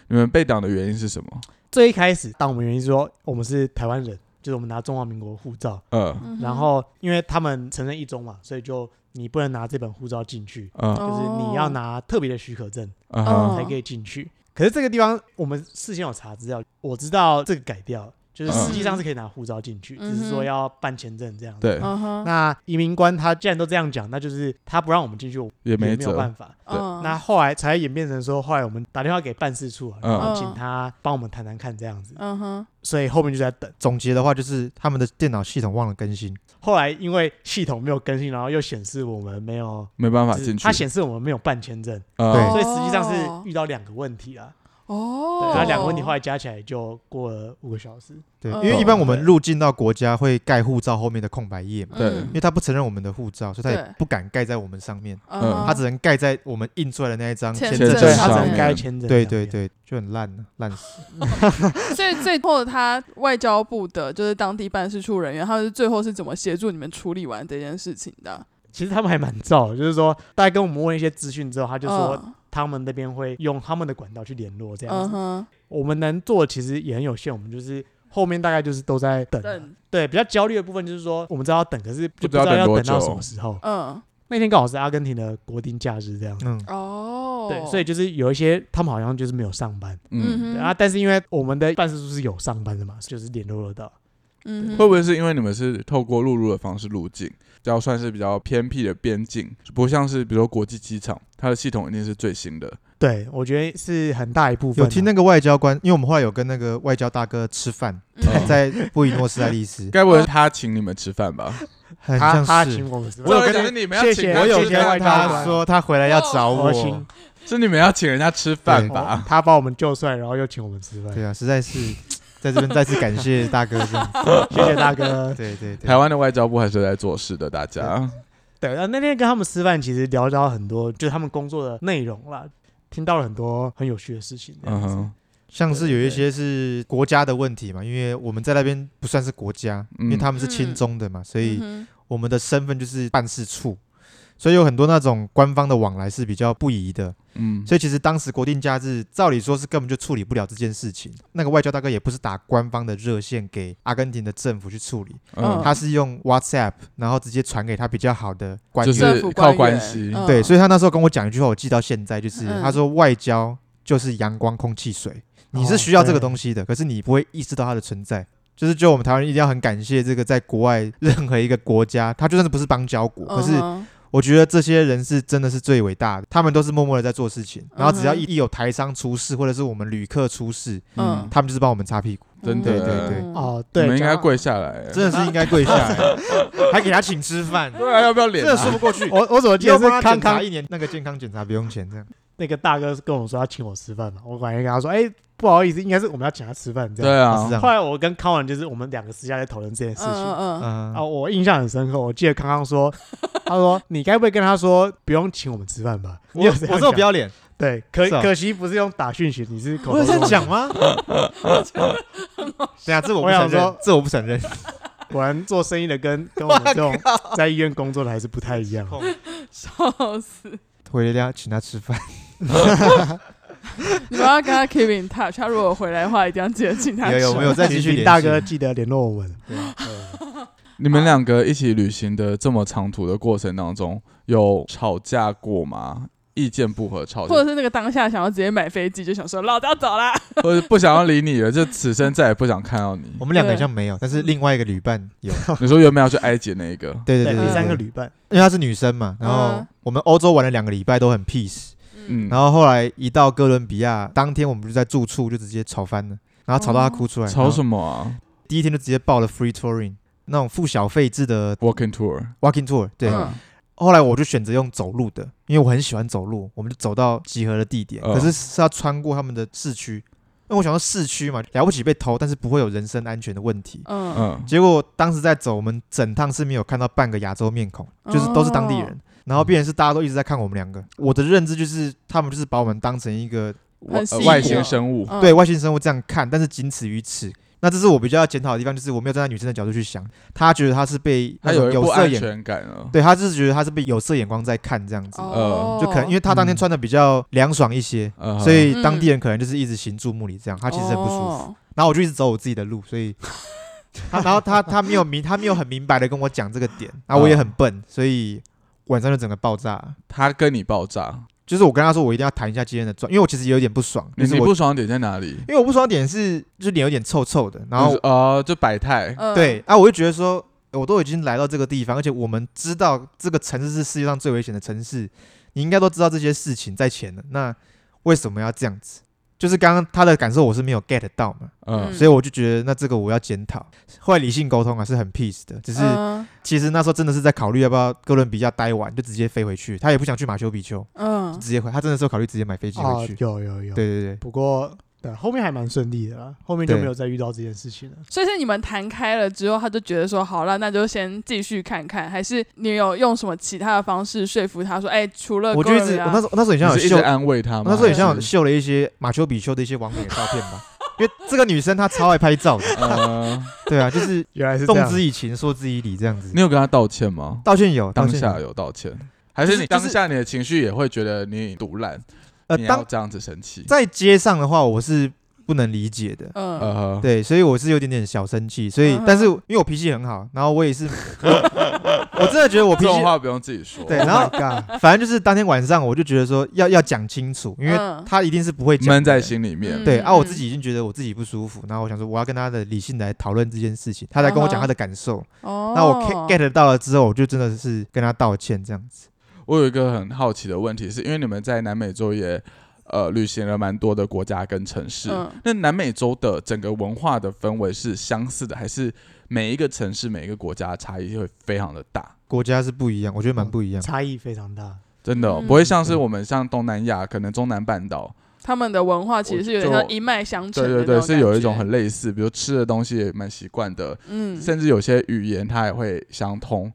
Speaker 2: 你们被挡的原因是什么？
Speaker 4: 最一开始，当我们原因说我们是台湾人，就是我们拿中华民国护照，
Speaker 2: 嗯
Speaker 3: 嗯哼
Speaker 4: 然后因为他们承认一中嘛，所以就你不能拿这本护照进去，
Speaker 2: 嗯
Speaker 4: 就是你要拿特别的许可证
Speaker 2: 嗯
Speaker 3: 哦
Speaker 2: 哼
Speaker 4: 才可以进去。可是这个地方我们事先有查资料，我知道这个改掉了，就是实际上是可以拿护照进去，
Speaker 3: 嗯
Speaker 4: 只是说要办签证这样子。
Speaker 2: 对，
Speaker 3: 嗯哼，
Speaker 4: 那移民官他既然都这样讲，那就是他不让我们进去，我
Speaker 2: 也
Speaker 4: 也
Speaker 2: 没
Speaker 4: 没有
Speaker 2: 辙
Speaker 4: 办，法。
Speaker 2: 对
Speaker 3: 嗯
Speaker 4: 呃那后来才演变成说，后来我们打电话给办事处啊，
Speaker 2: 嗯
Speaker 4: 然后请他帮我们谈谈看这样子。
Speaker 3: 嗯哼，
Speaker 4: 所以后面就在等。
Speaker 1: 总结的话，就是他们的电脑系统忘了更新，
Speaker 4: 后来因为系统没有更新，然后又显示我们没有，
Speaker 2: 没办法
Speaker 4: 就是
Speaker 2: 进去
Speaker 4: 它。显示我们没有办签证，
Speaker 2: 嗯
Speaker 1: 对
Speaker 4: 所以实际上是遇到两个问题啊。
Speaker 3: 哦
Speaker 4: 对，，那两个问题后来加起来就过了五个小时。
Speaker 1: 对，
Speaker 3: 嗯
Speaker 1: 因为一般我们入境到国家会盖护照后面的空白页嘛，
Speaker 3: 嗯，
Speaker 2: 对
Speaker 1: 因为他不承认我们的护照，所以他
Speaker 3: 对
Speaker 1: 也不敢盖在我们上面，
Speaker 3: 嗯
Speaker 2: 嗯
Speaker 4: 呃
Speaker 3: 哼，
Speaker 1: 他只能盖在我们印出来的那一张
Speaker 3: 签
Speaker 1: 签
Speaker 3: 证
Speaker 1: 证
Speaker 2: 对
Speaker 4: 对，
Speaker 2: 上
Speaker 4: 它
Speaker 1: 上
Speaker 4: 只
Speaker 1: 面
Speaker 2: 面
Speaker 4: 能盖签证。
Speaker 1: 对对，对，就很烂啊烂死。
Speaker 3: 所以最后他外交部的就是当地办事处人员，他们是最后是怎么协助你们处理完这件事情的？
Speaker 4: 其实他们还蛮燥的，就是说大概跟我们问一些资讯之后，他就说
Speaker 3: 嗯
Speaker 4: 他们那边会用他们的管道去联络这样
Speaker 3: 嗯
Speaker 4: 子。
Speaker 3: 哼，
Speaker 4: 我们能做的其实也很有限，我们就是。后面大概就是都在等啊，
Speaker 3: 等，
Speaker 4: 对，比较焦虑的部分就是说，我们知道要等，可是就不
Speaker 2: 知道
Speaker 4: 要
Speaker 2: 等多
Speaker 4: 等到
Speaker 2: 久
Speaker 4: 什么时候。
Speaker 3: 嗯，
Speaker 4: 那天刚好是阿根廷的国定假日，这样。
Speaker 1: 嗯，
Speaker 3: 哦，
Speaker 4: 对，所以，就是有一些他们好像就是没有上班，
Speaker 3: 嗯
Speaker 2: 嗯，
Speaker 4: 对
Speaker 3: 哼，
Speaker 4: 啊，但是因为我们的办事处是有上班的嘛，就是联络得到。
Speaker 3: 嗯哼，
Speaker 2: 会不会是因为你们是透过陆路的方式入境，比较算是比较偏僻的边境，不像是比如说国际机场，它的系统一定是最新的。
Speaker 4: 对，我觉得是很大一部分啊。
Speaker 1: 有听那个外交官，因为我们后来有跟那个外交大哥吃饭，
Speaker 3: 嗯
Speaker 1: 在布宜诺斯艾利斯，
Speaker 2: 该不会是他请你们吃饭吧？
Speaker 1: 很
Speaker 4: 他他
Speaker 1: 像是
Speaker 4: 请。我们吃饭，
Speaker 2: 照
Speaker 4: 我
Speaker 2: 理
Speaker 4: 有
Speaker 2: 讲
Speaker 4: 跟
Speaker 2: 是你们要
Speaker 4: 谢
Speaker 2: 请
Speaker 4: 谢，
Speaker 2: 他
Speaker 1: 我有
Speaker 4: 谢谢
Speaker 1: 跟
Speaker 4: 外交
Speaker 1: 他
Speaker 4: 官，
Speaker 1: 说他回来要找
Speaker 4: 我
Speaker 1: 我，
Speaker 4: 请
Speaker 2: 是你们要请人家吃饭吧？
Speaker 4: 他把我们救出来，然后又请我们吃饭，
Speaker 1: 对啊，实在是在这边再次感谢大哥这样子。
Speaker 4: 谢谢大 哥。
Speaker 1: 对对对哦
Speaker 2: 台，湾的外交部还是在做事的，大家。
Speaker 4: 对，然后那天跟他们吃饭，其实聊到很多，就是他们工作的内容啦，听到了很多很有趣的事情。这
Speaker 2: 嗯
Speaker 4: 样子
Speaker 2: 哼，
Speaker 1: 像是有
Speaker 4: 对
Speaker 1: 一些是国家的问题嘛，因为我们在那边不算是国家，
Speaker 2: 嗯
Speaker 1: 因为他们是亲中的嘛，所以
Speaker 3: 嗯
Speaker 1: 我们的身份就是办事处，所以有很多那种官方的往来是比较不宜的。
Speaker 2: 嗯，
Speaker 1: 所以其实当时国定假日，照理说是根本就处理不了这件事情。那个外交大哥也不是打官方的热线给阿根廷的政府去处理，
Speaker 3: 嗯
Speaker 1: 他是用 WhatsApp，然后直接传给他比较好的官
Speaker 2: 就
Speaker 1: 员。
Speaker 3: 哼
Speaker 2: 是
Speaker 3: 政府
Speaker 2: 靠
Speaker 3: 官
Speaker 2: 关
Speaker 3: 员
Speaker 2: 系
Speaker 3: 嗯
Speaker 1: 对，所以他那时候跟我讲一句话，我记到现在，就是、
Speaker 3: 嗯
Speaker 1: 他说外交就是阳光、空气、水，你
Speaker 4: 哦
Speaker 1: 是需要这个
Speaker 4: 对
Speaker 1: 东西的，可是你不会意识到它的存在。就是，就我们台湾人一定要很感谢这个，在国外任何一个国家，他就算是不是邦交国，可是
Speaker 3: 嗯哼
Speaker 1: 我觉得这些人是真的是最伟大的，他们都是默默的在做事情，
Speaker 3: 嗯
Speaker 1: 然后只要一一有台商出事，或者是我们旅客出事，
Speaker 3: 嗯
Speaker 1: 他们就是帮我们擦屁股，
Speaker 2: 真
Speaker 1: 对对
Speaker 2: 的，
Speaker 1: 对
Speaker 4: 哦，
Speaker 2: 你
Speaker 4: 对，
Speaker 2: 们应该
Speaker 4: 讲到
Speaker 2: 跪下来。
Speaker 1: 真的是应该跪下来， 还给他请吃饭，
Speaker 2: 对啊，要不要
Speaker 1: 真
Speaker 2: 脸
Speaker 1: 的
Speaker 2: 啊？
Speaker 1: 说不过去。
Speaker 4: 我我怎么记得
Speaker 1: 又
Speaker 4: 是
Speaker 1: 帮他
Speaker 4: 康
Speaker 1: 检查
Speaker 4: 康
Speaker 1: 一年那个健康检查不用钱这样。
Speaker 4: 那个大哥跟我说要请我吃饭嘛，我反正跟他说，哎、不好意思，应该是我们要请他吃饭这样。
Speaker 2: 对
Speaker 1: 啊
Speaker 2: 啊
Speaker 1: 是这，样
Speaker 4: 后，来我跟康文就是我们两个私下在讨论这件事情。
Speaker 3: 嗯嗯
Speaker 1: 嗯
Speaker 4: 啊，我印象很深刻。我记得康 康说，他说你该不会跟他说不用请我们吃饭吧？你
Speaker 1: 我
Speaker 4: 有
Speaker 1: 我
Speaker 4: 这
Speaker 1: 这
Speaker 4: 样
Speaker 1: 么
Speaker 4: 讲
Speaker 1: 不要脸，
Speaker 4: 对，可
Speaker 1: 是哦
Speaker 4: 可惜不是用打讯息，你是 口
Speaker 1: 我
Speaker 4: 头
Speaker 1: 有这样
Speaker 4: 说
Speaker 1: 讲吗？对啊，这我不
Speaker 4: 我想
Speaker 1: 承认
Speaker 4: 说，
Speaker 1: 这我不承认。
Speaker 4: 果然做生意的跟 跟我们这种在医院工作的还是不 太一样。
Speaker 3: 嗯， 笑死！
Speaker 1: 回来一定要请他吃饭，
Speaker 3: 你们要跟他 keep in touch，他如果回来的话，一定要记得请他
Speaker 1: 有有
Speaker 3: 吃
Speaker 1: 没有再继续
Speaker 4: 请
Speaker 1: 联系
Speaker 4: 大哥记得联络我们。
Speaker 2: 你们两个一起旅行的这么长途的过程当中，有吵架过吗？意见不合吵架
Speaker 3: 或者，是那个当下想要直接买飞机，就想说老子要走啦。
Speaker 2: 或者不想要理你了，就此生再也不想看 到你
Speaker 1: 我。们两个
Speaker 3: 对
Speaker 1: 好像没有，但是另外一个旅伴有。
Speaker 2: 你说原本要去埃及那一个，
Speaker 1: 对对对，
Speaker 4: 对，第
Speaker 1: 对
Speaker 4: 三个，
Speaker 1: 对
Speaker 4: 旅伴，
Speaker 1: 因为她是女生嘛，然后
Speaker 3: 嗯
Speaker 1: 我们欧洲玩了两个礼拜都很 peace，
Speaker 2: 嗯，
Speaker 1: 然后后来一到哥伦比亚，当天我们就在住处就直接吵翻了，然后吵到她哭出来。
Speaker 2: 吵
Speaker 1: 么？
Speaker 2: 什么啊
Speaker 1: 第一天就直接报了 free touring 那种付小费制的
Speaker 2: ？Walking tour，
Speaker 1: walking tour，对。
Speaker 3: 嗯
Speaker 1: 后来我就选择用走路的，因为我很喜欢走路，我们就走到集合的地点，
Speaker 2: 嗯
Speaker 1: 可是是要穿过他们的市区，因为我想说市区嘛，了不起被偷，但是不会有人身安全的问题。
Speaker 3: 嗯
Speaker 2: 嗯，
Speaker 3: 哦
Speaker 1: 结果当时在走，我们整趟是没有看到半个亚洲面孔，就是都是当地人。然
Speaker 2: 嗯
Speaker 1: 后变成是大家都一直在看我们两个。我的认知就是他们就是把我们当成一个
Speaker 2: 外
Speaker 3: 很
Speaker 2: 呃
Speaker 1: 啊
Speaker 3: 吸
Speaker 2: 外
Speaker 3: 引
Speaker 2: 星
Speaker 3: 我
Speaker 2: 生物，
Speaker 3: 嗯
Speaker 1: 对外星生物这样看，但是仅此于此。那这是我比较要检讨的地方，就是我没有站在女生的角度去想，她觉得她是被
Speaker 2: 它
Speaker 1: 那
Speaker 2: 有
Speaker 1: 种
Speaker 2: 一个
Speaker 1: 有
Speaker 2: 不
Speaker 1: 色
Speaker 2: 安
Speaker 1: 眼，
Speaker 2: 全感啊。
Speaker 1: 对，她就是觉得她是被有色眼光在看这样子，
Speaker 3: 哦，
Speaker 1: 呃就可能因为她当天
Speaker 4: 嗯
Speaker 1: 穿的比较凉爽一些，
Speaker 2: 呃
Speaker 1: 所以当地
Speaker 3: 嗯
Speaker 1: 人可能就是一直行注目礼这样，她其实很不舒服。
Speaker 3: 哦
Speaker 1: 然后我就一直走我自己的路，所 以他，然后他他没有明，他没有很明白的跟我讲这个点，然后我也
Speaker 2: 嗯
Speaker 1: 很笨，所以晚上就整个爆炸。
Speaker 2: 他跟你爆炸，
Speaker 1: 就是我跟他说，我一定要谈一下今天的状，因为我其实有点不爽，
Speaker 2: 你
Speaker 1: 就是
Speaker 2: 你
Speaker 1: 我
Speaker 2: 不爽点在哪里？
Speaker 1: 因为我不爽的点是，就是脸有点臭臭的，然
Speaker 2: 就
Speaker 1: 后
Speaker 2: 是呃，就百态，
Speaker 3: 嗯
Speaker 1: 对，啊，我就觉得说，我都已经来到这个地方，而且我们知道这个城市是世界上最危险的城市，你应该都知道这些事情在前了，那为什么要这样子？就是刚刚他的感受我是没有 get 到嘛，
Speaker 2: 嗯
Speaker 3: 嗯
Speaker 1: 所以我就觉得那这个我要检讨。后来理性沟通啊是很 peace 的，只是
Speaker 3: 嗯
Speaker 1: 其实那时候真的是在考虑要不要哥伦比亚待完就直接飞回去，他也不想去马丘比丘，
Speaker 3: 嗯
Speaker 1: 直接回，他真的是有考虑直接买飞机
Speaker 4: 啊
Speaker 1: 回
Speaker 3: 哦
Speaker 1: 去。，
Speaker 4: 有有有，
Speaker 1: 对对对，
Speaker 4: 不过对后面还蛮顺利的啦，后面就
Speaker 1: 对
Speaker 4: 没有再遇到这件事情了。
Speaker 3: 所以是你们谈开了之后，他就觉得说好了，那就先继续看看，还是你有用什么其他的方式说服他说，哎，除了啊
Speaker 1: 我就
Speaker 3: 哥
Speaker 1: 一
Speaker 3: 伦
Speaker 1: 直
Speaker 3: 比亚
Speaker 1: 我那时候我那时候很像
Speaker 2: 你
Speaker 1: 有
Speaker 2: 是一直
Speaker 1: 秀，我
Speaker 2: 安慰他吗？
Speaker 1: 那时候很像
Speaker 2: 还
Speaker 1: 有
Speaker 2: 是
Speaker 1: 秀了一些马丘比丘的一些网美的照片吧，因为这个女生她超爱拍照的，
Speaker 2: 呃，
Speaker 1: 对啊， 就是
Speaker 4: 原来是这
Speaker 1: 动
Speaker 4: 样，
Speaker 1: 之以情，说之以理这样子
Speaker 2: 你。有跟他道歉吗？
Speaker 1: 道歉有，道
Speaker 2: 当
Speaker 1: 歉
Speaker 2: 下
Speaker 1: 有
Speaker 2: 有道歉，还是
Speaker 1: 就是
Speaker 2: 你
Speaker 1: 就
Speaker 2: 当
Speaker 1: 是
Speaker 2: 下你的情绪也会觉得你独揽，
Speaker 1: 呃，
Speaker 2: 你要
Speaker 1: 当
Speaker 2: 这样子生气？
Speaker 1: 在街上的话，我是不能理解的。
Speaker 3: 嗯
Speaker 2: 呃，
Speaker 1: 对，所以我是有点点小生气，所以
Speaker 3: 嗯哼
Speaker 1: 但是因为我脾气很好，然后我 也是，我真的觉得我
Speaker 2: 这
Speaker 1: 脾气
Speaker 2: 种，话不用自己说。
Speaker 1: 对然后
Speaker 4: Oh my God
Speaker 1: 反正就是当天晚上我就觉得说要要讲清楚，因为
Speaker 3: 嗯
Speaker 1: 他一定是不会讲的
Speaker 2: 闷在。心里面
Speaker 3: 嗯。
Speaker 1: 对啊，我自己已经觉得我自己不舒服，然后我想说我要跟他的理性来讨论这件事情，他才跟我
Speaker 3: 嗯
Speaker 1: 讲
Speaker 3: 哼
Speaker 1: 他的感受，
Speaker 3: 哦，
Speaker 1: 那我 get get 到了之后，我就真的是跟他道歉这样子。
Speaker 2: 我有一个很好奇的问题，是因为你们在南美洲也呃旅行了蛮多的国家跟城市，
Speaker 3: 嗯
Speaker 2: 那南美洲的整个文化的氛围是相似的，还是每一个城市每一个国家差异会非常的大？
Speaker 1: 国家是不一样，我觉得蛮
Speaker 2: 嗯
Speaker 1: 不一样。
Speaker 4: 差异非常大。
Speaker 2: 真的哦、
Speaker 3: 嗯
Speaker 2: 不会像是我们像东南亚，可能中南半岛，
Speaker 3: 他们的文化其实是有点
Speaker 2: 我
Speaker 3: 像
Speaker 2: 就
Speaker 3: 一脉相
Speaker 2: 对
Speaker 3: 承的
Speaker 2: 对
Speaker 3: 那
Speaker 2: 对，
Speaker 3: 感觉
Speaker 2: 是有一种很类似，比如吃的东西也蛮习惯的，
Speaker 3: 嗯
Speaker 2: 甚至有些语言它也会相通。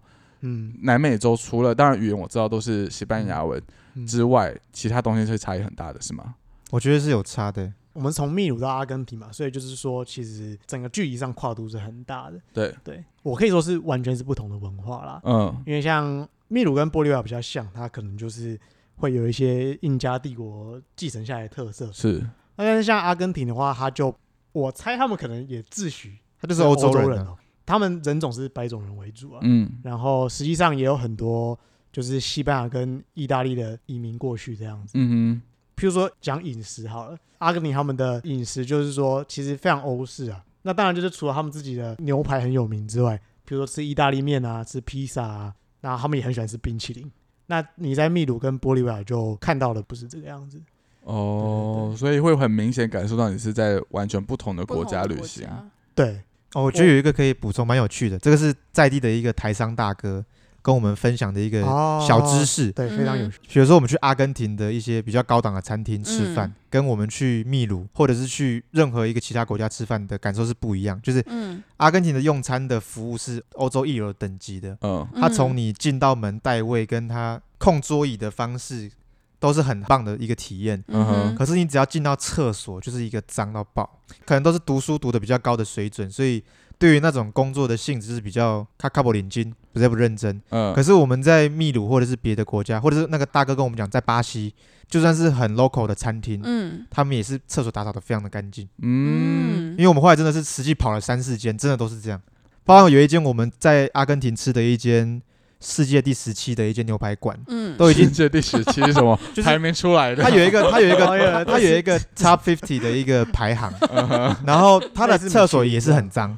Speaker 4: 嗯，
Speaker 2: 南美洲除了当然语言我知道都是西班牙文
Speaker 4: 嗯
Speaker 2: 之外，其他东西是差异很大的，是吗？
Speaker 1: 我觉得是有差的。
Speaker 4: 我们从秘鲁到阿根廷嘛，所以就是说，其实整个距离上跨度是很大的。
Speaker 2: 对，
Speaker 4: 对我可以说是完全是不同的文化啦，
Speaker 2: 嗯，
Speaker 4: 因为像秘鲁跟玻利维亚比较像，它可能就是会有一些印加帝国继承下来的特色。
Speaker 2: 是。
Speaker 4: 那但是像阿根廷的话，它就我猜他们可能也自诩
Speaker 1: 他就
Speaker 4: 就是
Speaker 1: 欧洲
Speaker 4: 人,、
Speaker 1: 人啊，
Speaker 4: 哦，他们人种是白种人为主啊。
Speaker 2: 嗯，
Speaker 4: 然后实际上也有很多就是西班牙跟意大利的移民过去这样子。
Speaker 2: 嗯
Speaker 4: 譬如说讲饮食好了，阿根廷他们的饮食就是说其实非常欧式啊。那当然就是除了他们自己的牛排很有名之外，譬如说吃意大利面啊，吃披萨啊，那他们也很喜欢吃冰淇淋。那你在秘鲁跟玻利维亚就看到的不是这个样子，
Speaker 2: 哼，哦，所以会很明显感受到你是在完全不同的国家旅行。
Speaker 4: 对，
Speaker 1: 哦，我觉得有一个可以补充，蛮有趣的。这个是在地的一个台商大哥跟我们分享的一个
Speaker 4: 哦
Speaker 1: 小知识。
Speaker 4: 对，非常有
Speaker 3: 嗯
Speaker 4: 趣，
Speaker 1: 比如说我们去阿根廷的一些比较高档的餐厅吃饭，
Speaker 3: 嗯
Speaker 1: 跟我们去秘鲁或者是去任何一个其他国家吃饭的感受是不一样。就是
Speaker 3: 嗯，
Speaker 1: 阿根廷的用餐的服务是欧洲一流等级的，
Speaker 2: 嗯，
Speaker 1: 他从你进到门带位，跟他控桌椅的方式都是很棒的一个体验。
Speaker 2: 嗯哼
Speaker 1: 可是你只要进到厕所，就是一个脏到爆，可能都是读书读的比较高的水准，所以对于那种工作的性质是比较卡卡不领巾，比较不认真。
Speaker 2: 嗯，
Speaker 1: 可是我们在秘鲁或者是别的国家，或者是那个大哥跟我们讲，在巴西，就算是很 local 的餐厅，
Speaker 3: 嗯
Speaker 1: 他们也是厕所打扫的非常的干净。
Speaker 2: 嗯，
Speaker 1: 因为我们后来真的是实际跑了三四间，真的都是这样。包括有一间我们在阿根廷吃的一间世界第十七的一间牛排馆，
Speaker 3: 嗯
Speaker 1: 都已经
Speaker 2: 世界第十期是什么？
Speaker 1: 就是
Speaker 2: 还没出来的。
Speaker 1: 它有一 个它有一
Speaker 4: 哎
Speaker 1: 个
Speaker 4: 呀
Speaker 1: 它有一个 top fifty 的一个排 行，
Speaker 2: 嗯
Speaker 1: 然后它的厕所也是很脏，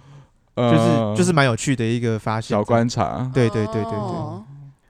Speaker 1: 就是就是蛮有趣的一个发现。
Speaker 2: 嗯小观察。
Speaker 1: 对对对对对，
Speaker 3: 哦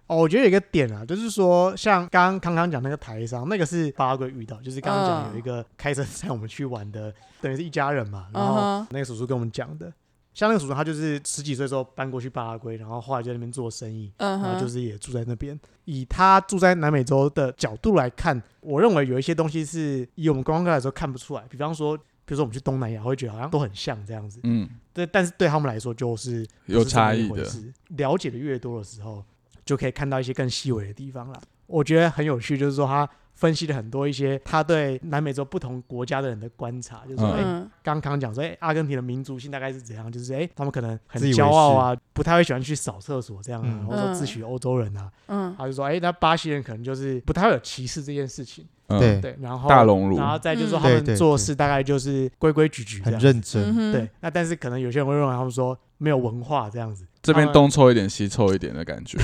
Speaker 4: 哦，我觉得有一个点啊，就是说，像刚刚康康讲那个台商，那个是巴拉圭遇到，就是刚刚讲
Speaker 3: 嗯
Speaker 4: 有一个开车载我们去玩的，等于是一家人嘛。然
Speaker 3: 嗯
Speaker 4: 后
Speaker 3: 哼，
Speaker 4: 那个叔叔跟我们讲的，像那个叔叔他就是十几岁的时候搬过去巴拉圭，然后后来就在那边做生意，
Speaker 3: 嗯
Speaker 4: 然后
Speaker 3: 哼，
Speaker 4: 就是也住在那边。以他住在南美洲的角度来看，我认为有一些东西是以我们观光客来说看不出来，比方说，比如说我们去东南亚会觉得好像都很像这样子，
Speaker 2: 嗯，
Speaker 4: 对，但是对他们来说就是
Speaker 2: 有
Speaker 4: 不是这么
Speaker 2: 差
Speaker 4: 一
Speaker 2: 异
Speaker 4: 回
Speaker 2: 的。
Speaker 4: 事了解的越多的时候，就可以看到一些更细微的地方了。我觉得很有趣，就是说他分析了很多一些他对南美洲不同国家的人的观察，就是说，
Speaker 2: 嗯
Speaker 4: 哎、
Speaker 3: 嗯，
Speaker 4: 刚刚讲说，哎、阿根廷的民族性大概是怎样？就是哎、他们可能很
Speaker 1: 自以为
Speaker 4: 骄傲啊，不太会喜欢去扫厕所这样啊，
Speaker 1: 嗯
Speaker 4: 或者说自诩欧洲人啊。
Speaker 3: 嗯，
Speaker 4: 他就说，哎、那巴西人可能就是不太会有歧视这件事情。
Speaker 2: 嗯
Speaker 1: 对
Speaker 4: 对，然后
Speaker 2: 大熔炉
Speaker 4: 然后再就是说
Speaker 3: 嗯
Speaker 4: 他
Speaker 1: 对对
Speaker 4: 们
Speaker 1: 对
Speaker 4: 做事大概就是规规矩矩这
Speaker 1: 很
Speaker 4: 样。
Speaker 1: 认
Speaker 3: 嗯
Speaker 1: 真，
Speaker 3: 哼
Speaker 4: 对，，那但是可能有些人会认为他们说没有文化这样子，
Speaker 2: 这边
Speaker 4: 他们
Speaker 2: 东凑一点西凑一点的感觉，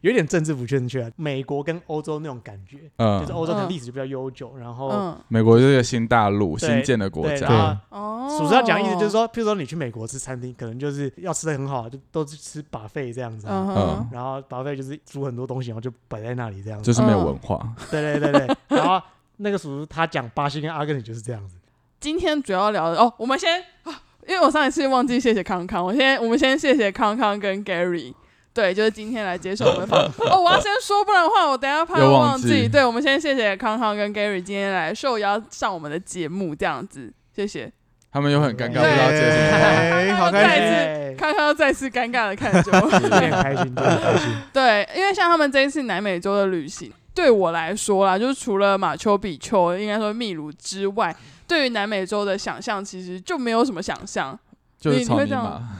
Speaker 4: 有点政治不正确、啊。美国跟欧洲那种感觉，
Speaker 2: 嗯
Speaker 4: 就是，欧洲可能
Speaker 3: 嗯
Speaker 4: 历史就比较悠久，然后
Speaker 3: 嗯，
Speaker 2: 美国就是一个新大陆、
Speaker 4: 对
Speaker 2: 新建的国
Speaker 4: 对，
Speaker 2: 家，
Speaker 4: 然后
Speaker 3: 哦，
Speaker 4: 主要讲意思就是，说，譬如说你去美国吃餐厅，可能就是要吃的很好，就都是吃把费这样子啊、
Speaker 3: 嗯哼，
Speaker 4: 然后把费就是煮很多东西，然后就摆在那里这样子。
Speaker 2: 就是没有文化。
Speaker 4: 对对对对，然后那个叔叔他讲巴西跟阿根廷就是这样子，
Speaker 3: 今天主要聊的哦，我们先，啊因为我上一次忘记谢谢康康，我先我们先谢谢康康跟 Gary。对，就是今天来接受我们 访哦，我要先说，不然的话我等一下怕
Speaker 2: 又忘
Speaker 3: 忘
Speaker 2: 记
Speaker 3: 对，我们先谢谢康康跟 Gary 今天来受邀上我们的节目，这样子，谢谢。
Speaker 2: 他们又很尴尬，不知
Speaker 3: 对
Speaker 2: 道接什么话。
Speaker 1: 哎好开心。
Speaker 3: 再
Speaker 4: 心，
Speaker 3: 康康又再次尴尬的看着我。
Speaker 4: 有点开心，有点开心。
Speaker 3: 对，因为像他们这一次南美洲的旅行，对我来说啦，就是除了马丘比丘，应该说秘鲁之外，对于南美洲的想象其实就没有什么想象。
Speaker 2: 就是草泥马。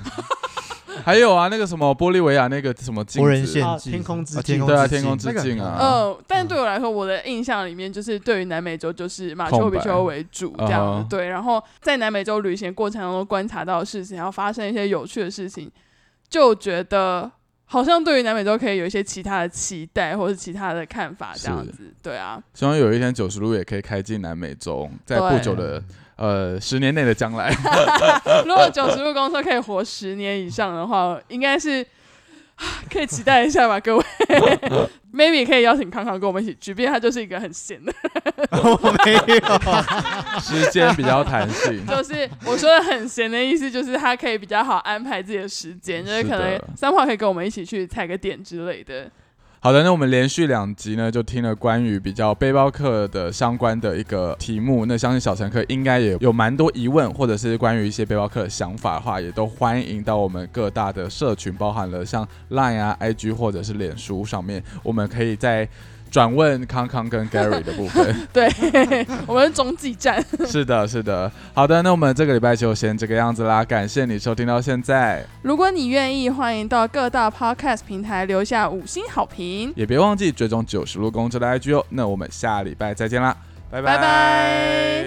Speaker 2: 还有啊，那个什么玻利维亚那个什么镜
Speaker 1: 无人
Speaker 2: 子，
Speaker 1: 献
Speaker 4: 啊
Speaker 1: 祭，
Speaker 4: 天空之
Speaker 1: 啊
Speaker 4: 镜
Speaker 2: 对啊
Speaker 1: 天
Speaker 2: 天
Speaker 1: 空
Speaker 2: 空
Speaker 1: 之
Speaker 2: 之
Speaker 1: 镜
Speaker 2: 镜
Speaker 1: 那个很
Speaker 2: 啊
Speaker 1: 好
Speaker 3: 嗯，但对我来说，我的印象里面就是对于南美洲就是马丘
Speaker 2: 空
Speaker 3: 比
Speaker 2: 白
Speaker 3: 丘为主这样
Speaker 2: 啊
Speaker 3: 子。对，然后在南美洲旅行的过程当中观察到的事情，然后发生一些有趣的事情，就觉得好像对于南美洲可以有一些其他的期待或是其他的看法这样
Speaker 2: 是
Speaker 3: 子。对啊，
Speaker 2: 希望有一天九十路也可以开进南美洲，在
Speaker 3: 对
Speaker 2: 不久的呃十年内的将来，
Speaker 3: 如果九十路公车可以活十年以上的话，应该是可以期待一下吧，各 位。Maybe 可以邀请康康跟我们一起去，毕竟他就是一个很闲的，。
Speaker 1: 我没有，
Speaker 2: 时间比较弹性
Speaker 3: 就是我说的很闲的意思，就是他可以比较好安排自己的时间，就是
Speaker 2: 是
Speaker 3: 可能
Speaker 2: 的
Speaker 3: 三号可以跟我们一起去踩个点之类的。
Speaker 2: 好的，那我们连续两集呢，就听了关于比较背包客的相关的一个题目。那相信小乘客应该也有蛮多疑问，或者是关于一些背包客的想法的话，也都欢迎到我们各大的社群，包含了像 Line 啊、IG 或者是脸书上面，我们可以再转问康康跟 Gary 的部分。
Speaker 3: 对， 我们是中继站，
Speaker 2: 是的，是的。好的，那我们这个礼拜就先这个样子啦，感谢你收听到现在，
Speaker 3: 如果你愿意，欢迎到各大 podcast 平台留下五星好评。
Speaker 2: 也别忘记追踪九十路公车的 IG 哦。那我们下礼拜再见啦，拜
Speaker 3: 拜拜。